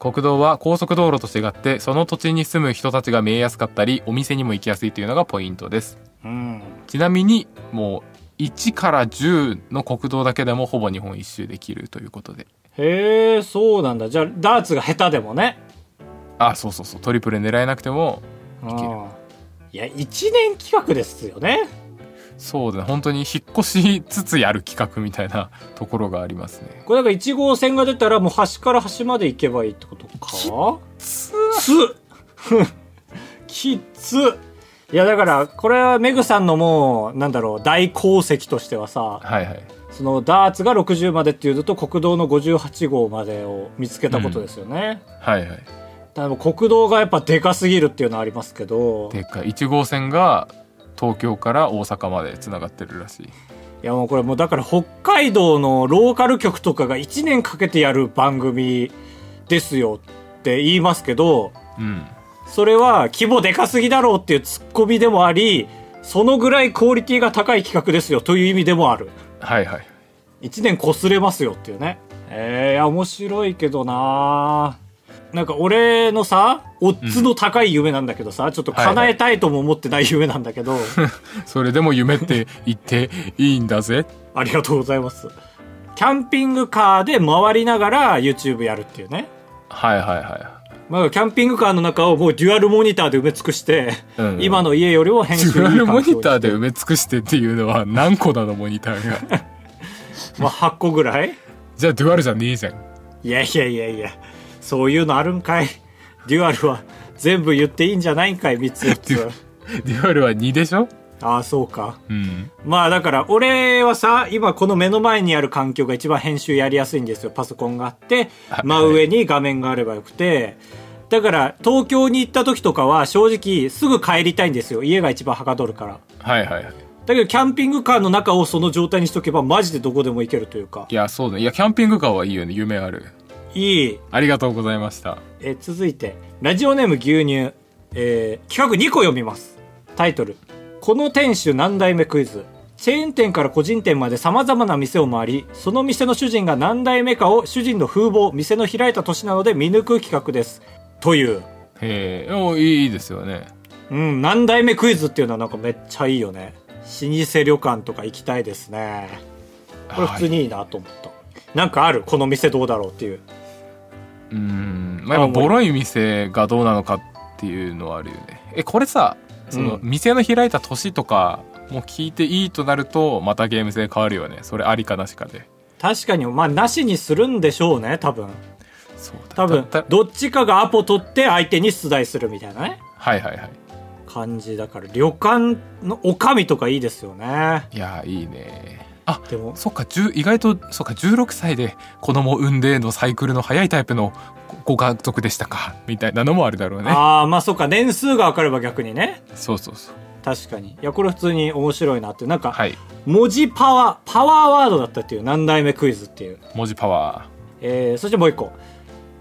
B: 国道は高速道路と違ってその土地に住む人たちが見えやすかったりお店にも行きやすいというのがポイントです
A: うん
B: ちなみにもう1から10の国道だけでもほぼ日本一周できるということで
A: へえそうなんだじゃあダーツが下手でもね
B: あそうそうそうトリプル狙えなくてもける
A: うんいや1年企画ですよね
B: そうだね本当に引っ越しつつやる企画みたいな ところがありますね
A: これなんか1号線が出たらもう端から端まで行けばいいってことかつきついやだからこれはメグさんのもうなんだろう大功績としてはさ
B: はいはい
A: そのダーツが60までっていうのと国道の58号までを見つけたことですよね、
B: はいはい
A: だから国道がやっぱでかすぎるっていうのはありますけど
B: でっかい1号線が東京から大阪までつながってるらしい
A: いやもうこれもうだから北海道のローカル局とかが1年かけてやる番組ですよって言いますけど
B: うん
A: それは規模でかすぎだろうっていうツッコミでもありそのぐらいクオリティが高い企画ですよという意味でもある
B: はいはい
A: 1年こすれますよっていうねえー、いや面白いけどななんか俺のさオッズの高い夢なんだけどさ、ちょっと叶えたいとも思ってない夢なんだけど、
B: それでも夢って言っていいんだぜ
A: ありがとうございますキャンピングカーで回りながら YouTube やるっていうね
B: はいはいは
A: まあ、キャンピングカーの中をもうデュアルモニターで埋め尽くして、
B: うん
A: 今の家よりも編
B: い
A: 集
B: デュアルモニター
A: で、
B: で埋め尽くしてっていうのは何個なのモニターが
A: まあ、8個ぐらい
B: じゃあデュアルじゃねえじゃん
A: いやいやいやいや、そういうのあるんかい。デュアルは全部言っていいんじゃないんかい、3つ4つ。
B: デュアルは2でしょ
A: ああ、そうか。
B: うん
A: まあだから、俺はさ、今この目の前にある環境が一番編集やりやすいんですよ。パソコンがあって
B: は、
A: 真上に画面があればよくて。だから、東京に行った時とかは正直すぐ帰りたいんですよ。家が一番はかどるから。
B: はいはいはい
A: だけど、キャンピングカーの中をその状態にしとけば、マジでどこでも行けるというか
B: い。やそうだねいやキャンピングカーはいいよね夢ある
A: いい
B: ありがとうございました
A: えー続いてラジオネーム牛乳、えー企画2個読みますタイトル「この店主何代目クイズ」チェーン店から個人店まで様々な店を回りその店の主人が何代目かを主人の風貌店の開いた年なので見抜く企画ですという
B: へえおいいですよね
A: うん何代目クイズっていうのはなんかめっちゃいいよね老舗旅館とか行きたいですねこれ普通にいいなと思った、なんかあるこの店どうだろうっていう
B: うーんまあやっぱボロい店がどうなのかっていうのはあるよねえこれさそ
A: う
B: の
A: ん
B: 店の開いた年とかも聞いていいとなるとまたゲーム性変わるよねそれありかなしかで
A: 確かにまあなしにするんでしょうね多分
B: そうだ
A: 多分
B: だだ
A: どっちかがアポ取って相手に出題するみたいなね
B: はいはいはい
A: 感じだから旅館のおかみとかいいですよね
B: いやいいねあ
A: でも
B: そっか10意外とそっか16歳で子供を産んでのサイクルの早いタイプのごご家族でしたかみたいなのもあるだろうね
A: ああまあそうか年数が分かれば逆にね
B: そうそうそう
A: 確かにいやこれ普通に面白いなってなんか、
B: はい
A: 文字パワーパワーワードだったっていう何代目クイズっていう、
B: 文字パワ
A: えー、そしてもう一個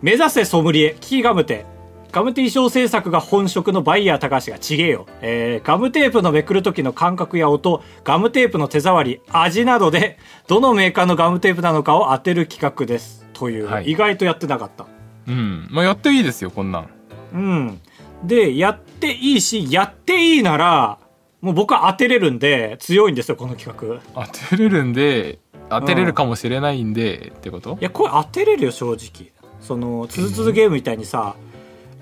A: 目指せソムリエ聞きガムテガムテ衣装制作が本職のバイヤー高橋がちげえよ、えーガムテープのめくる時の感覚や音ガムテープの手触り味などでどのメーカーのガムテープなのかを当てる企画ですという、
B: はい
A: 意外とやってなかった
B: ーうんまあやっていいですよこんなん
A: うんでやっていいしやっていいならもう僕は当てれるんで強いんですよこの企画
B: 当てれるんで当てれるかもしれないんで、ってこと
A: いやこれ当てれるよ正直そのつづつづゲームみたいにさ、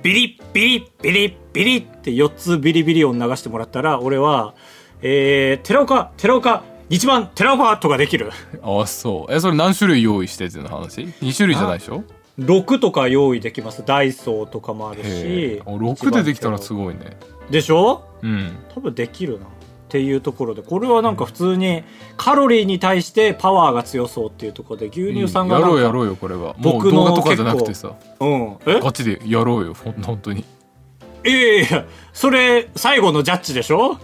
A: ビリッビリッビリッビリッって4つビリビリ音流してもらったら俺はえー、寺岡寺岡一番寺岡とかできる
B: あそうえそれ何種類用意してっていうの話2種類じゃないでしょ
A: 6とか用意できますダイソーとかもある
B: へ
A: し
B: え6でできたらす
A: い
B: ごいね
A: でしょ
B: うん
A: 多分できるなっていうところでこれはなんか普通にカロリーに対してパワーが強そうっていうところで牛乳さんが
B: や
A: なんか、
B: ろうやろうよこれはも
A: 僕
B: う
A: の
B: 動画とかじゃなくてさ
A: うんえ
B: ガチでやろうよほん本当に
A: いやいやいやそれ最後のジャッジでしょ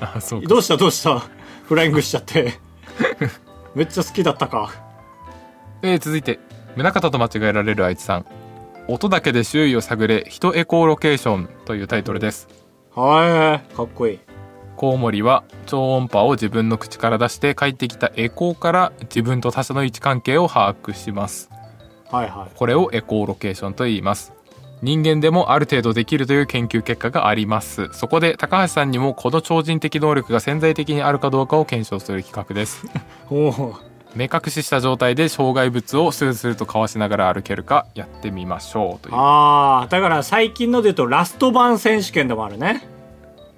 B: あそうか
A: どうしたどうしたフライングしちゃってめっちゃ好きだったか
B: えー続いて宗像と間違えられるあいつさん音だけで周囲を探れ人エコーロケーションというタイトルです
A: はいかっこいい
B: コウモリは超音波を自分の口から出して帰ってきたエコーから自分と他者の位置関係を把握します
A: はいはい
B: これをエコーロケーションと言います人間でもある程度できるという研究結果がありますそこで高橋さんにもこの超人的能力が潜在的にあるかどうかを検証する企画です
A: おお
B: 目隠しした状態で障害物をスルスルとかわしながら歩けるかやってみましょうという
A: あーだから最近ので言うとラストマン選手権でもあるね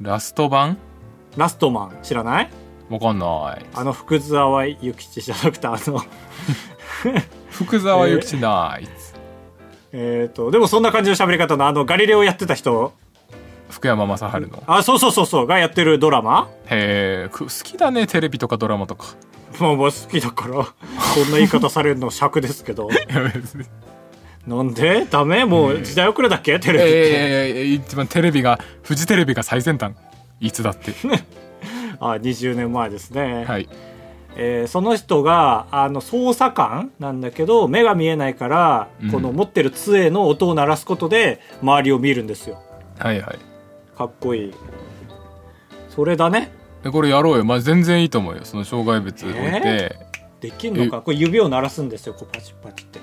B: ラスト版
A: ラストマン知らない
B: わかんない
A: あの福沢諭吉じゃなくてあの
B: 福沢諭吉ナイツ
A: えっとでもそんな感じの喋り方のあのガリレオやってた人
B: 福山雅治の
A: あそうそうそうそうがやってるドラマ
B: へえ好きだねテレビとかドラマと か
A: まあまあ好きだからこんな言い方されるの尺ですけど
B: いや別に
A: なんでダメもう時代遅れだっけテレビって、
B: ええ一番テレビがフジテレビが最先端いつだ って
A: あ20年前ですね、
B: はい
A: えーその人があの捜査官なんだけど目が見えないから、
B: うん
A: この持ってる杖の音を鳴らすことで周りを見るんですよ
B: はいはい
A: かっこいいそれだね
B: でこれやろうよ、まあ、全然いいと思うよその障害物置いて、
A: できんのかこれ指を鳴らすんですよこうパチパチって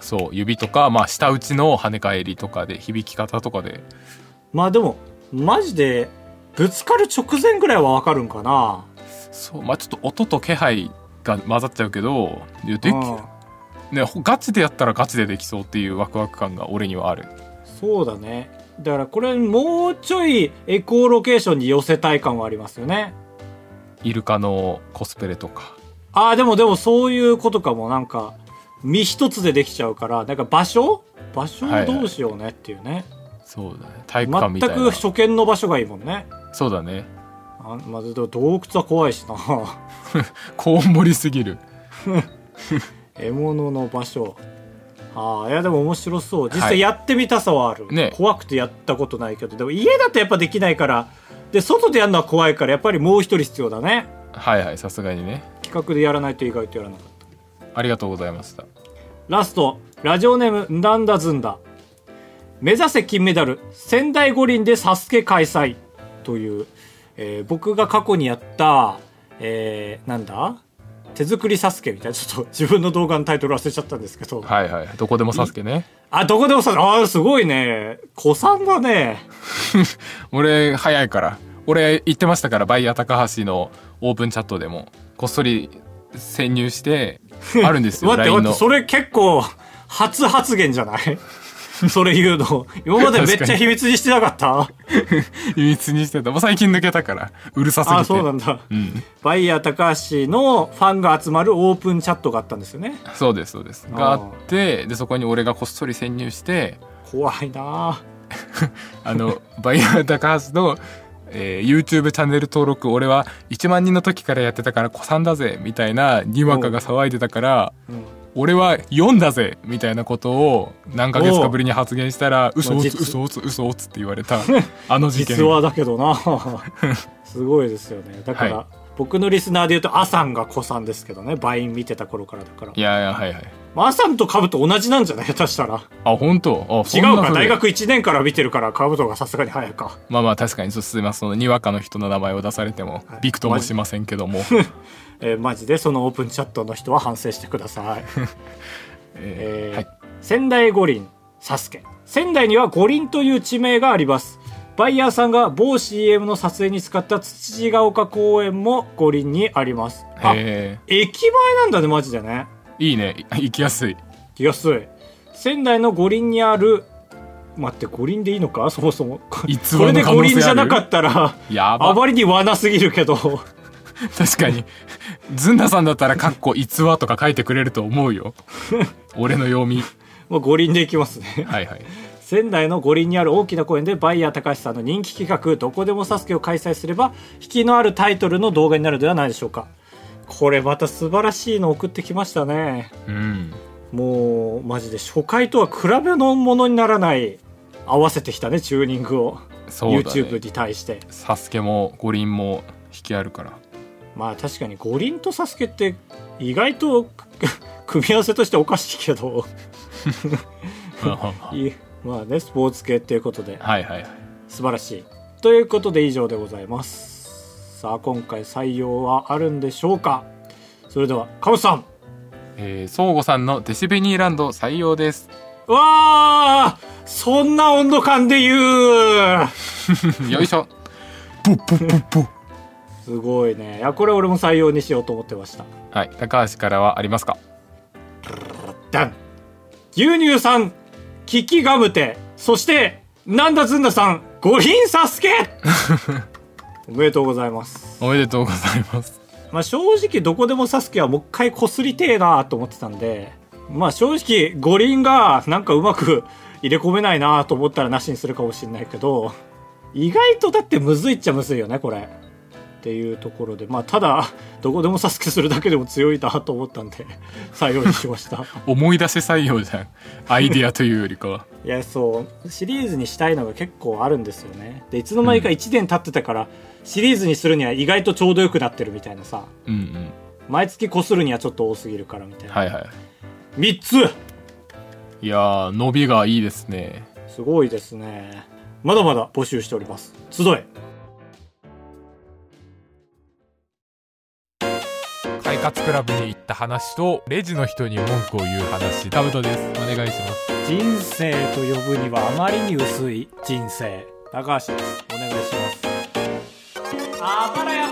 B: そう指とか、まあ、下打ちの跳ね返りとかで響き方とかで
A: まあでもマジでぶつかる直前ぐらいはわかるんかな
B: そうまあちょっと音と気配が混ざっちゃうけどいやでき
A: うん
B: ね、ほガチでやったらガチでできそうっていうワクワク感が俺にはある
A: そうだねだからこれもうちょいエコーロケーションに寄せたい感はありますよね
B: イルカのコスプレとか
A: ああ、でもでもそういうことかも。なんか、身一つでできちゃうから、なんか場所場所
B: はいは
A: を
B: い
A: どうしようねっていうね。
B: そうだね体育館みた
A: 全
B: い
A: く
B: な
A: 初見の場所がいいもんね。
B: そうだね
A: あまあ、でも洞窟は怖いしな。
B: こう盛りすぎる
A: 獲物の場所。ああ、いやでも面白そう。実
B: は
A: 際
B: い
A: やってみたさはある。
B: ね
A: 怖くてやったことないけど。でも家だとやっぱできないから。で、外でやるのは怖いから、やっぱりもう一人必要だね。
B: はいはいさすがにね
A: 企画でやらないと意外とやらなかった。
B: ありがとうございました
A: ラスト、ラジオネーム、んだんだずんだ。目指せ金メダル、仙台五輪でサスケ開催。という、えー僕が過去にやった、えーなんだ手作りサスケみたいな、ちょっと自分の動画のタイトル忘れちゃったんですけど。
B: はいはいどこでもサスケね
A: あ、どこでもさ、あーすごいね。子さんだね。
B: 俺早いから俺言ってましたからバイヤー高橋のオープンチャットでもこっそり潜入して あるんですよ
A: 待って
B: LINE
A: 待っ
B: の
A: て、それ結構、初発言じゃないそれ言うの。今までめっちゃ秘密にしてなか った
B: 秘密にしてたもう最近抜けたからうるさすぎて
A: あ、そうなんだ。
B: うん
A: バイヤー高橋のファンが集まるオープンチャットがあったんですよね
B: そうですそうです
A: あー
B: があってでそこに俺がこっそり潜入して
A: 怖いな
B: あの バイヤー高橋の、えー YouTube チャンネル登録俺は1万人の時からやってたから子さんだぜみたいなにわかが騒いでたから
A: あ、うん、
B: 俺は4だぜみたいなことを何ヶ月かぶりに発言したら嘘
A: まあ
B: をつ
A: 実
B: 嘘をつ嘘をつって言わ れたあの事件
A: 実話だけど なすごいですよねだから、
B: はい
A: 僕のリスナーで言うとアさんが子さんですけどねバイン見てた頃からだから
B: いやいやはいはい
A: まあアさんとカブと同じなんじゃない下手したら
B: あ本当あ
A: 違
B: そん
A: う
B: な
A: か
B: 古い
A: 大学1年から見てるからカブとがさすがに早いか
B: まあまあ確かにそうすみませんそのにわかの人の名前を出されても
A: はい
B: びくともしませんけ ども、
A: えーマジでそのオープンチャットの人は反省してください、 え
B: えー
A: ー
B: はい
A: 仙台五輪サスケ仙台には五輪という地名がありますバイヤーさんが某 CM の撮影に使った土ヶ丘公園も五輪にありますあ
B: え
A: 駅前なんだねマジでね
B: ーいいねい行きやすい
A: 安い仙台の五輪にある待って五輪でいいのかそもそもこ
B: 偽りの
A: これで
B: 可能
A: 五
B: 性
A: 輪じ
B: あ
A: ゃ
B: る
A: なかったら
B: や
A: あ
B: ば
A: まりに罠すぎるけど
B: 確かにずんださんだったら「かっこ逸話」とか書いてくれると思うよ俺の読み
A: もう五輪でいきますね
B: はいはい
A: 仙台の五輪にある大きな公園でバイヤー高橋さんの人気企画「どこでもサスケ」を開催すれば引きのあるタイトルの動画になるのではないでしょうかこれまた素晴らしいの送ってきましたね
B: うん
A: もうマジで初回とは比べのものにならない合わせてきたねチューニングを、
B: そうだ、ね、
A: YouTube に対して
B: サスケも五輪も引きあるから
A: まあ確かに五輪とサスケって意外と 組み合わせとしておかしいけど
B: はい
A: いまあねスポーツ系っていうことで
B: いはいはい
A: 素晴らしいということで以上でございますさあ今回採用はあるんでしょうかそれではカムさん
B: えー、相互さんのデシベニーランド採用です
A: うわあそんな温度感で言う
B: よいしょ
A: すごいねいやこれ俺も採用にしようと思ってました
B: はい高橋からはありますか
A: ダン牛乳さんキキガムテそしてなんだずんださん五輪サスケおめでとうございます
B: おめでとうございます
A: まあ正直どこでもサスケはもう一回こすりてえなと思ってたんでまあ正直五輪がなんかうまく入れ込めないなと思ったらなしにするかもしれないけど意外とだってむずいっちゃむずいよねこれっていうところでまあただどこでもサスケするだけでも強いなと思ったんで 採用にしました
B: 思い出せ採用じゃんアイディアというよりかは
A: いやそうシリーズにしたいのが結構あるんですよねでいつの間にか1年経ってたから、シリーズにするには意外とちょうどよくなってるみたいなさ
B: うんうん
A: 毎月こするにはちょっと多すぎるからみたいな、
B: はいは
A: 3つ
B: いいやー伸びがいいですね
A: すごいですねまだまだ募集しております集え
B: 快活クラブに行った話とレジの人に文句を言う話タブトですお願いします
A: 人生と呼ぶにはあまりに薄い人生高橋ですお願いしますあばらや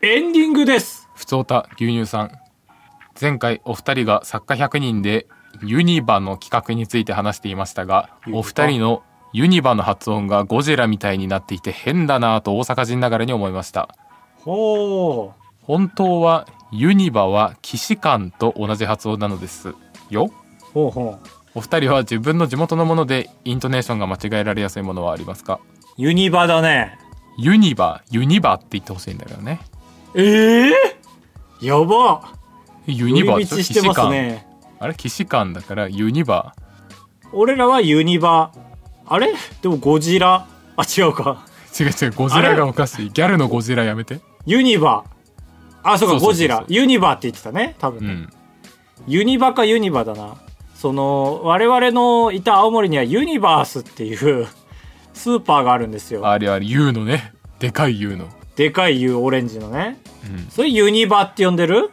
A: エンディングです
B: ふつおた牛乳さん前回お二人が作家100人でユニバの企画について話していましたが
A: ユニバ
B: お二人のユニバの発音がゴジラみたいになっていて変だなぁと大阪人ながらに思いました
A: ほう
B: 本当はユニバは騎士官と同じ発音なのですよ
A: ほうほう
B: お二人は自分の地元のものでイントネーションが間違えられやすいものはありますか
A: ユニバだね
B: ユニバユニバって言ってほしいんだけどね
A: ええやば
B: ユニバ
A: 寄り道してますね
B: あれ騎士官だからユニバ
A: 俺らはユニバあれでもゴジラあ違うか
B: 違う違うゴジラがおかしいギャルのゴジラやめて
A: ユニバあそうか
B: そうそうそうそう
A: ゴジラユニバって言ってたね多分
B: う
A: ね、
B: ん
A: ユニバかユニバだなその我々のいた青森にはユニバースっていう スーパーがあるんですよ
B: あれあれ U のねでかい U の、
A: でかい U オレンジのね
B: うん、
A: それユニバって呼んでる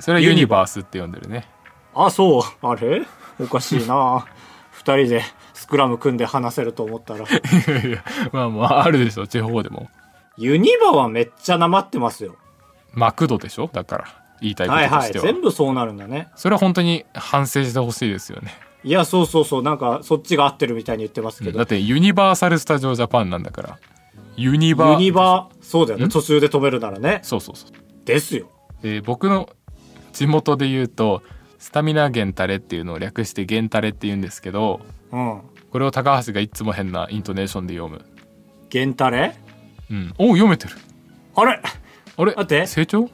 B: それはユニバースって呼んでるね
A: あそうあれおかしいな 二人でスクラム組んで話せると思ったら
B: いやいやまあまああるでしょ地方でも
A: ユニバはめっちゃなまってますよ
B: マクドでしょだから言いたいこ
A: はい
B: とと
A: は
B: し
A: い
B: ては、
A: 全部そうなるんだね
B: それは本当に反省してほしいですよね
A: いやそうそうそうなんかそっちが合ってるみたいに言ってますけど、
B: だってユニバーサル・スタジオ・ジャパンなんだからユニバ
A: ユニバそうだよね途中で止めるならね
B: そうそうそう
A: ですよ
B: で僕の地元で言うとスタミナ源タレっていうのを略して源タレって言うんですけど
A: うん
B: これを高橋がいつも変なイントネーションで読む
A: ゲンタレ
B: うんお読めてる
A: あれ
B: あれ
A: 待って
B: 成長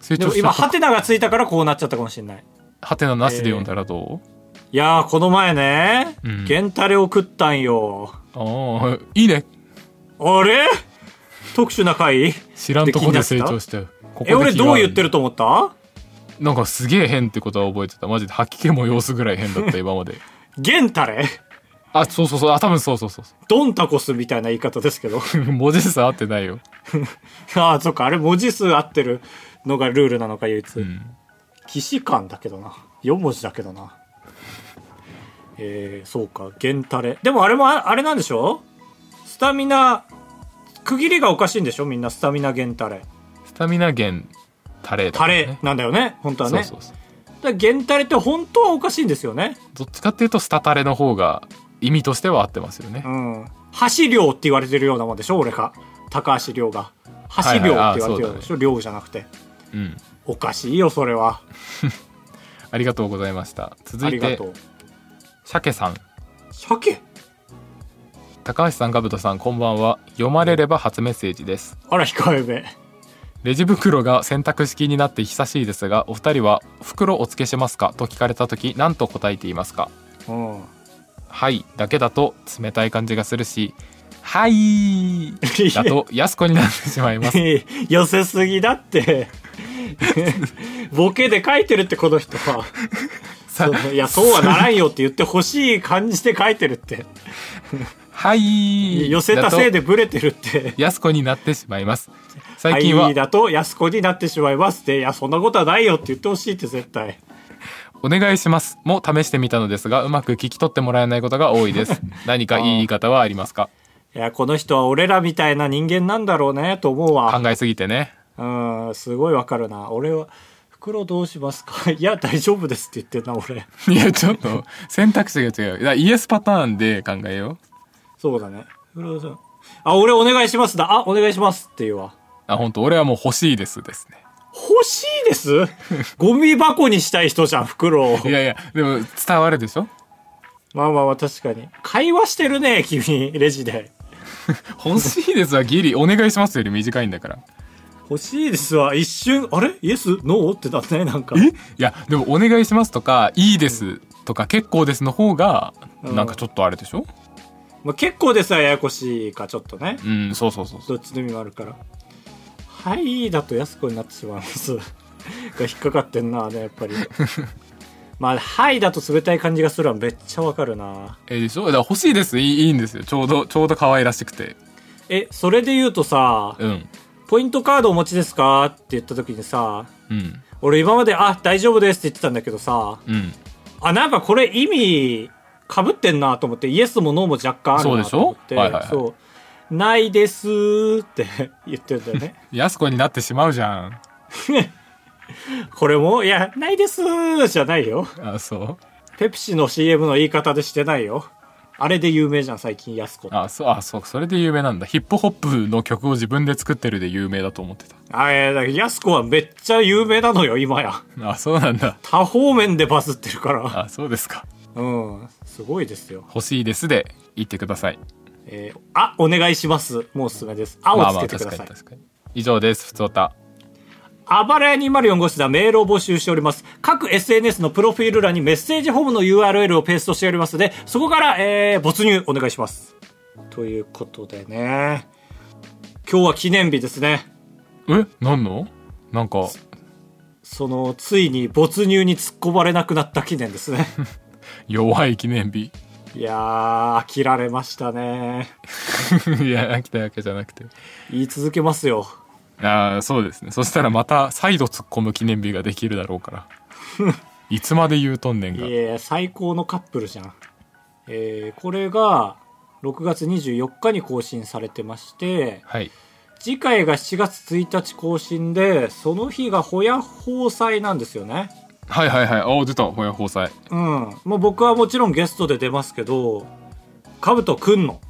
B: 成
A: で
B: 長
A: も
B: し
A: 今
B: た
A: ハテナがついたからこうなっちゃったかもしれない
B: はてななしで読んだらどう、
A: いやーこの前ね、
B: うん
A: ゲンタレを食ったんよ
B: ああいいね
A: あれ特殊な回
B: 知らんとこで成長したよここで
A: え俺
B: キー
A: ど
B: ワード
A: う言ってると思った
B: なんかすげえ変ってことは覚えてたマジで吐き気も様子ぐらい変だった 今まで
A: ゲンタレ
B: あそうそうそうあ多分そうそうそう そ
A: ドンタコスみたいな言い方です けど
B: う文字数合ってないよ、
A: ああそっかあれ文字数合ってるのがルールなのか唯一、
B: うん、
A: 騎士官だけどな4文字だけどなえー、そうかゲンタレでもあれもああれなんでしょスタミナ区切りがおかしいんでしょみんなスタミナゲンタレ
B: スタミナ源タレだ
A: タ
B: からね、
A: レなんだよね本当はね
B: そうそうそう
A: だからゲンタレって本当はおかしいんですよね
B: どっちかっていうとスタタレの方が意味としては合ってますよね、
A: うん橋量って言われてるようなもんでしょ俺か高橋量が橋量って言われてるようなもんでしょ、量じゃなくて
B: うん、
A: おかしいよそれは
B: ありがとうございました続
A: あ
B: い
A: りが
B: て
A: とう
B: 鮭さん
A: 鮭
B: 高橋さんぶとさんこんばんは読まれれば初メッセージです
A: あら控えめ
B: レジ袋が選択式になって久しいですがお二人は「袋お付けしますか?」と聞かれた時何と答えていますか
A: うん
B: はいだけだと冷たい感じがするし はいだと安子になってしまいます
A: 寄せすぎだってボケで書いてるってこ の人は
B: さ
A: そのいやそうはならんよって言ってほしい感じで書いてるって
B: はい
A: 寄せたせい
B: だと
A: でブレてるって
B: 安子になってしまいます最近は
A: はい、だと安子になってしまいますっていやそんなことはないよって言ってほしいって絶対
B: 「お願いします」も試してみたのですがうまく聞き取ってもらえないことが多いです 何かいい言い方はありますか
A: いやこの人は俺らみたいな人間なんだろうねと思うわ
B: 考えすぎてね
A: うんすごいわかるな俺は袋どうしますか いや大丈夫ですって言ってんな俺
B: いやちょっと選択肢が違うだからイエスパターンで考えよう
A: そうだね袋さんあ俺お願いしますだあお願いしますって言うわ
B: あ本当俺はもう欲しいですですね
A: 欲しいです ゴミ箱にしたい人じゃん袋を
B: いやいやでも伝わるでしょ
A: まあまあまあ確かに会話してるね君レジで
B: 欲しいですはギリお願いしますより短いんだから
A: 欲しいですわ一瞬あれイエスノーってだねなんか
B: えいやでもお願いしますとかいいですとか結構ですの方が
A: うん
B: なんかちょっとあれでしょ
A: まあ、結構でさえややこしいかちょっとね
B: うんそうそうそうそう
A: どっちの意味もあるから「はい」だと安子になってしまいます が引っかかってんなあれやっぱりまあ「はい」だと冷たい感じがするわめっちゃわかるな
B: えでしょだから欲しいですいいいいんですよちょうどちょうど可愛らしくて
A: えそれで言うとさ
B: うん
A: 「ポイントカードお持ちですか?」って言った時にさ
B: うん
A: 俺今まで「あ大丈夫です」って言ってたんだけどさ
B: うん
A: あなんかこれ意味かぶってんなと思ってイエスもノーも若干あるなと思って
B: そうでしょはいはいはい
A: そうないですーって 言ってんだ よね
B: 安子になってしまうじゃん
A: これも、いや、ないですーじゃないよ。
B: あそう
A: ペプシの CM の言い方でしてないよ。あれで有名じゃん、最近、安子。
B: あそうあそうそれで有名なんだヒップホップの曲を自分で作ってるで有名だと思ってた
A: あ、いや、だから安子はめっちゃ有名なのよ、今や。
B: あそうなんだ
A: 多方面でバズってるから。
B: あそうですか
A: うん、すごいですよ。
B: 欲しいですで言ってください
A: えーあ、お願いします。もうおすすめです。あをつけてください。
B: 確かに以上ですふつおた
A: あばらや204号室ではメールを募集しております。各 SNS のプロフィール欄にメッセージフォームの URL をペーストしておりますので、そこから、えー、没入お願いします。ということでね。今日は記念日ですね。
B: え何のなんか
A: その、ついに没入に突っ込まれなくなった記念 ですね。
B: 弱い記念日
A: いやー、飽きられましたね。
B: いや飽きたわけじゃなくて
A: 言い続けますよ。
B: ああそうですねそしたらまた再度突っ込む記念日ができるだろうから いつまで言うとんねん
A: い
B: が
A: やいや最高のカップルじゃん。えー、これが、6月24日に更新されてまして、
B: はい
A: 次回が7月1日更新でその日がホヤ放祭なんですよね
B: はいはいはいお出たほやほうさい
A: うんもう僕はもちろんゲストで出ますけどカブトくんの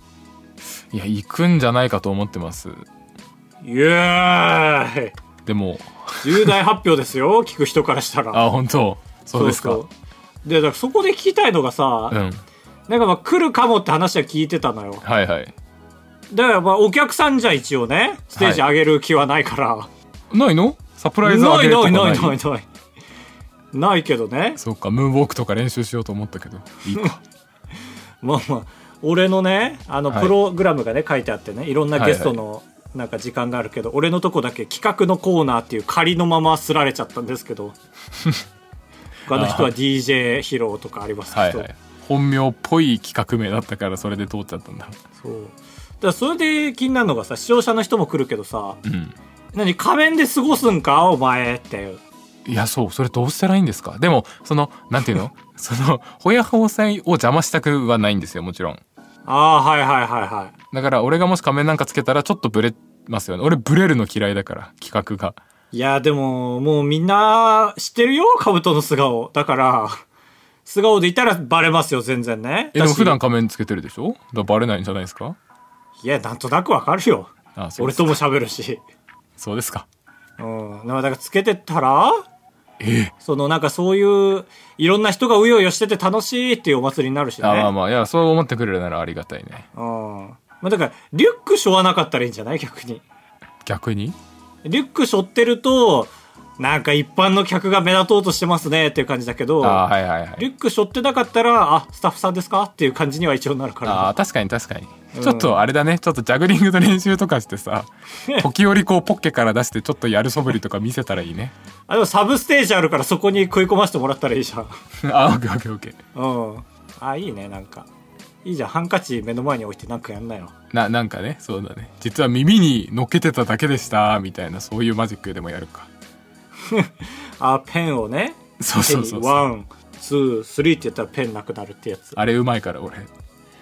B: いや行くんじゃないかと思ってます
A: イエーイ
B: でも
A: 重大発表ですよ 聞く人からしたら
B: あ本当そうですか
A: そうそうでだからそこで聞きたいのがさ、
B: うん
A: なんかまあ来るかもって話は聞いてたのよ
B: はいはい
A: だからまあお客さんじゃ一応ねステージ上げる気はないから、
B: ないのサプライズあ
A: ない
B: げると
A: な
B: か
A: い
B: ない
A: ないないないないけどね
B: そうかムーンウォークとか練習しようと思ったけどいいか
A: まあまあ俺のねあの
B: はい
A: プログラムがね、書いてあってねいろんなゲストのなんか時間があるけど、俺のとこだけ企画のコーナーっていう仮のまますられちゃったんですけ ど他の人は DJ 披露とかありますけど、
B: はいはい本名っぽい企画名だったからそれで通っちゃったんだ
A: そうだからそれで気になるのがさ視聴者の人も来るけどさ
B: うん
A: 「何仮面で過ごすんかお前」っていう
B: いやそうそれどうしたらいいんですかでもそのなんていうのそのホヤホーサイを邪魔したくはないんですよもちろん
A: ああーはいはいはいはい
B: だから俺がもし仮面なんかつけたらちょっとブレますよね俺ブレるの嫌いだから企画が
A: いや、でも、もうみんな知ってるよ、カブトの素顔。だから、素顔でいたらバレますよ、全然ね。
B: えでも
A: だし
B: 普段仮面つけてるでしょだからバレないんじゃないですか
A: いや、なんとなくわかるよ。
B: あそう
A: 俺
B: です
A: とも喋るし。
B: そうですか
A: うん。だから、だからつけてたら、そのなんかそういういろんな人がうようよしてて楽しいっていうお祭りになるしね
B: あまあまあいやそう思ってくれるならありがたいね
A: うんまあだからリュック背負わなかったらいいんじゃない逆に
B: 逆に
A: リュック背負ってるとなんか一般の客が目立とうとしてますねっていう感じだけど、
B: ああーはいはいはい
A: リュック背負ってなかったらあスタッフさんですかっていう感じには一応なるか
B: あー
A: ら
B: 確かに確かに、ちょっとあれだねちょっとジャグリングの練習とかしてさ時折こうポッケから出してちょっとやるそぶりとか見せたらいいね
A: あでもサブステージあるからそこに食い込ませてもらったらいいじゃん
B: あーオッケーオッケーオッケー
A: うんあいいねなんかいいじゃんハンカチ目の前に置いてなんかやんなよ
B: ななんかねそうだね実は耳に乗っけてただけでしたみたいなそういうマジックでもやるか
A: あペンをね
B: そうそうそうそう
A: ワンツースリーってやったらペンなくなるってやつ
B: あれうまいから俺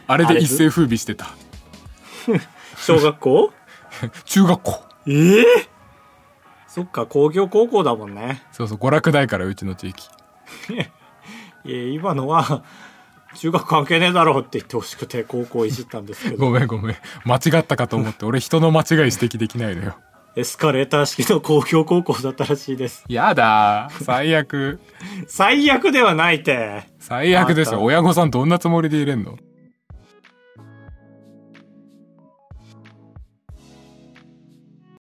B: あれで一世風靡してた
A: 小学 校
B: 中学校
A: ええそっか工業高校だもんね
B: そうそう娯楽大からうちの地域
A: いや今のは中学関係ねえだろうって言ってほしくて高校いじったんですけど
B: ごめんごめん間違ったかと思って俺人の間違い指摘できないのよ
A: エスカレーター式の工業高校だったらしいです
B: やだー最悪
A: 最悪ではないて
B: 最悪ですよ
A: あんた
B: 親御さんどんなつもりで入れんの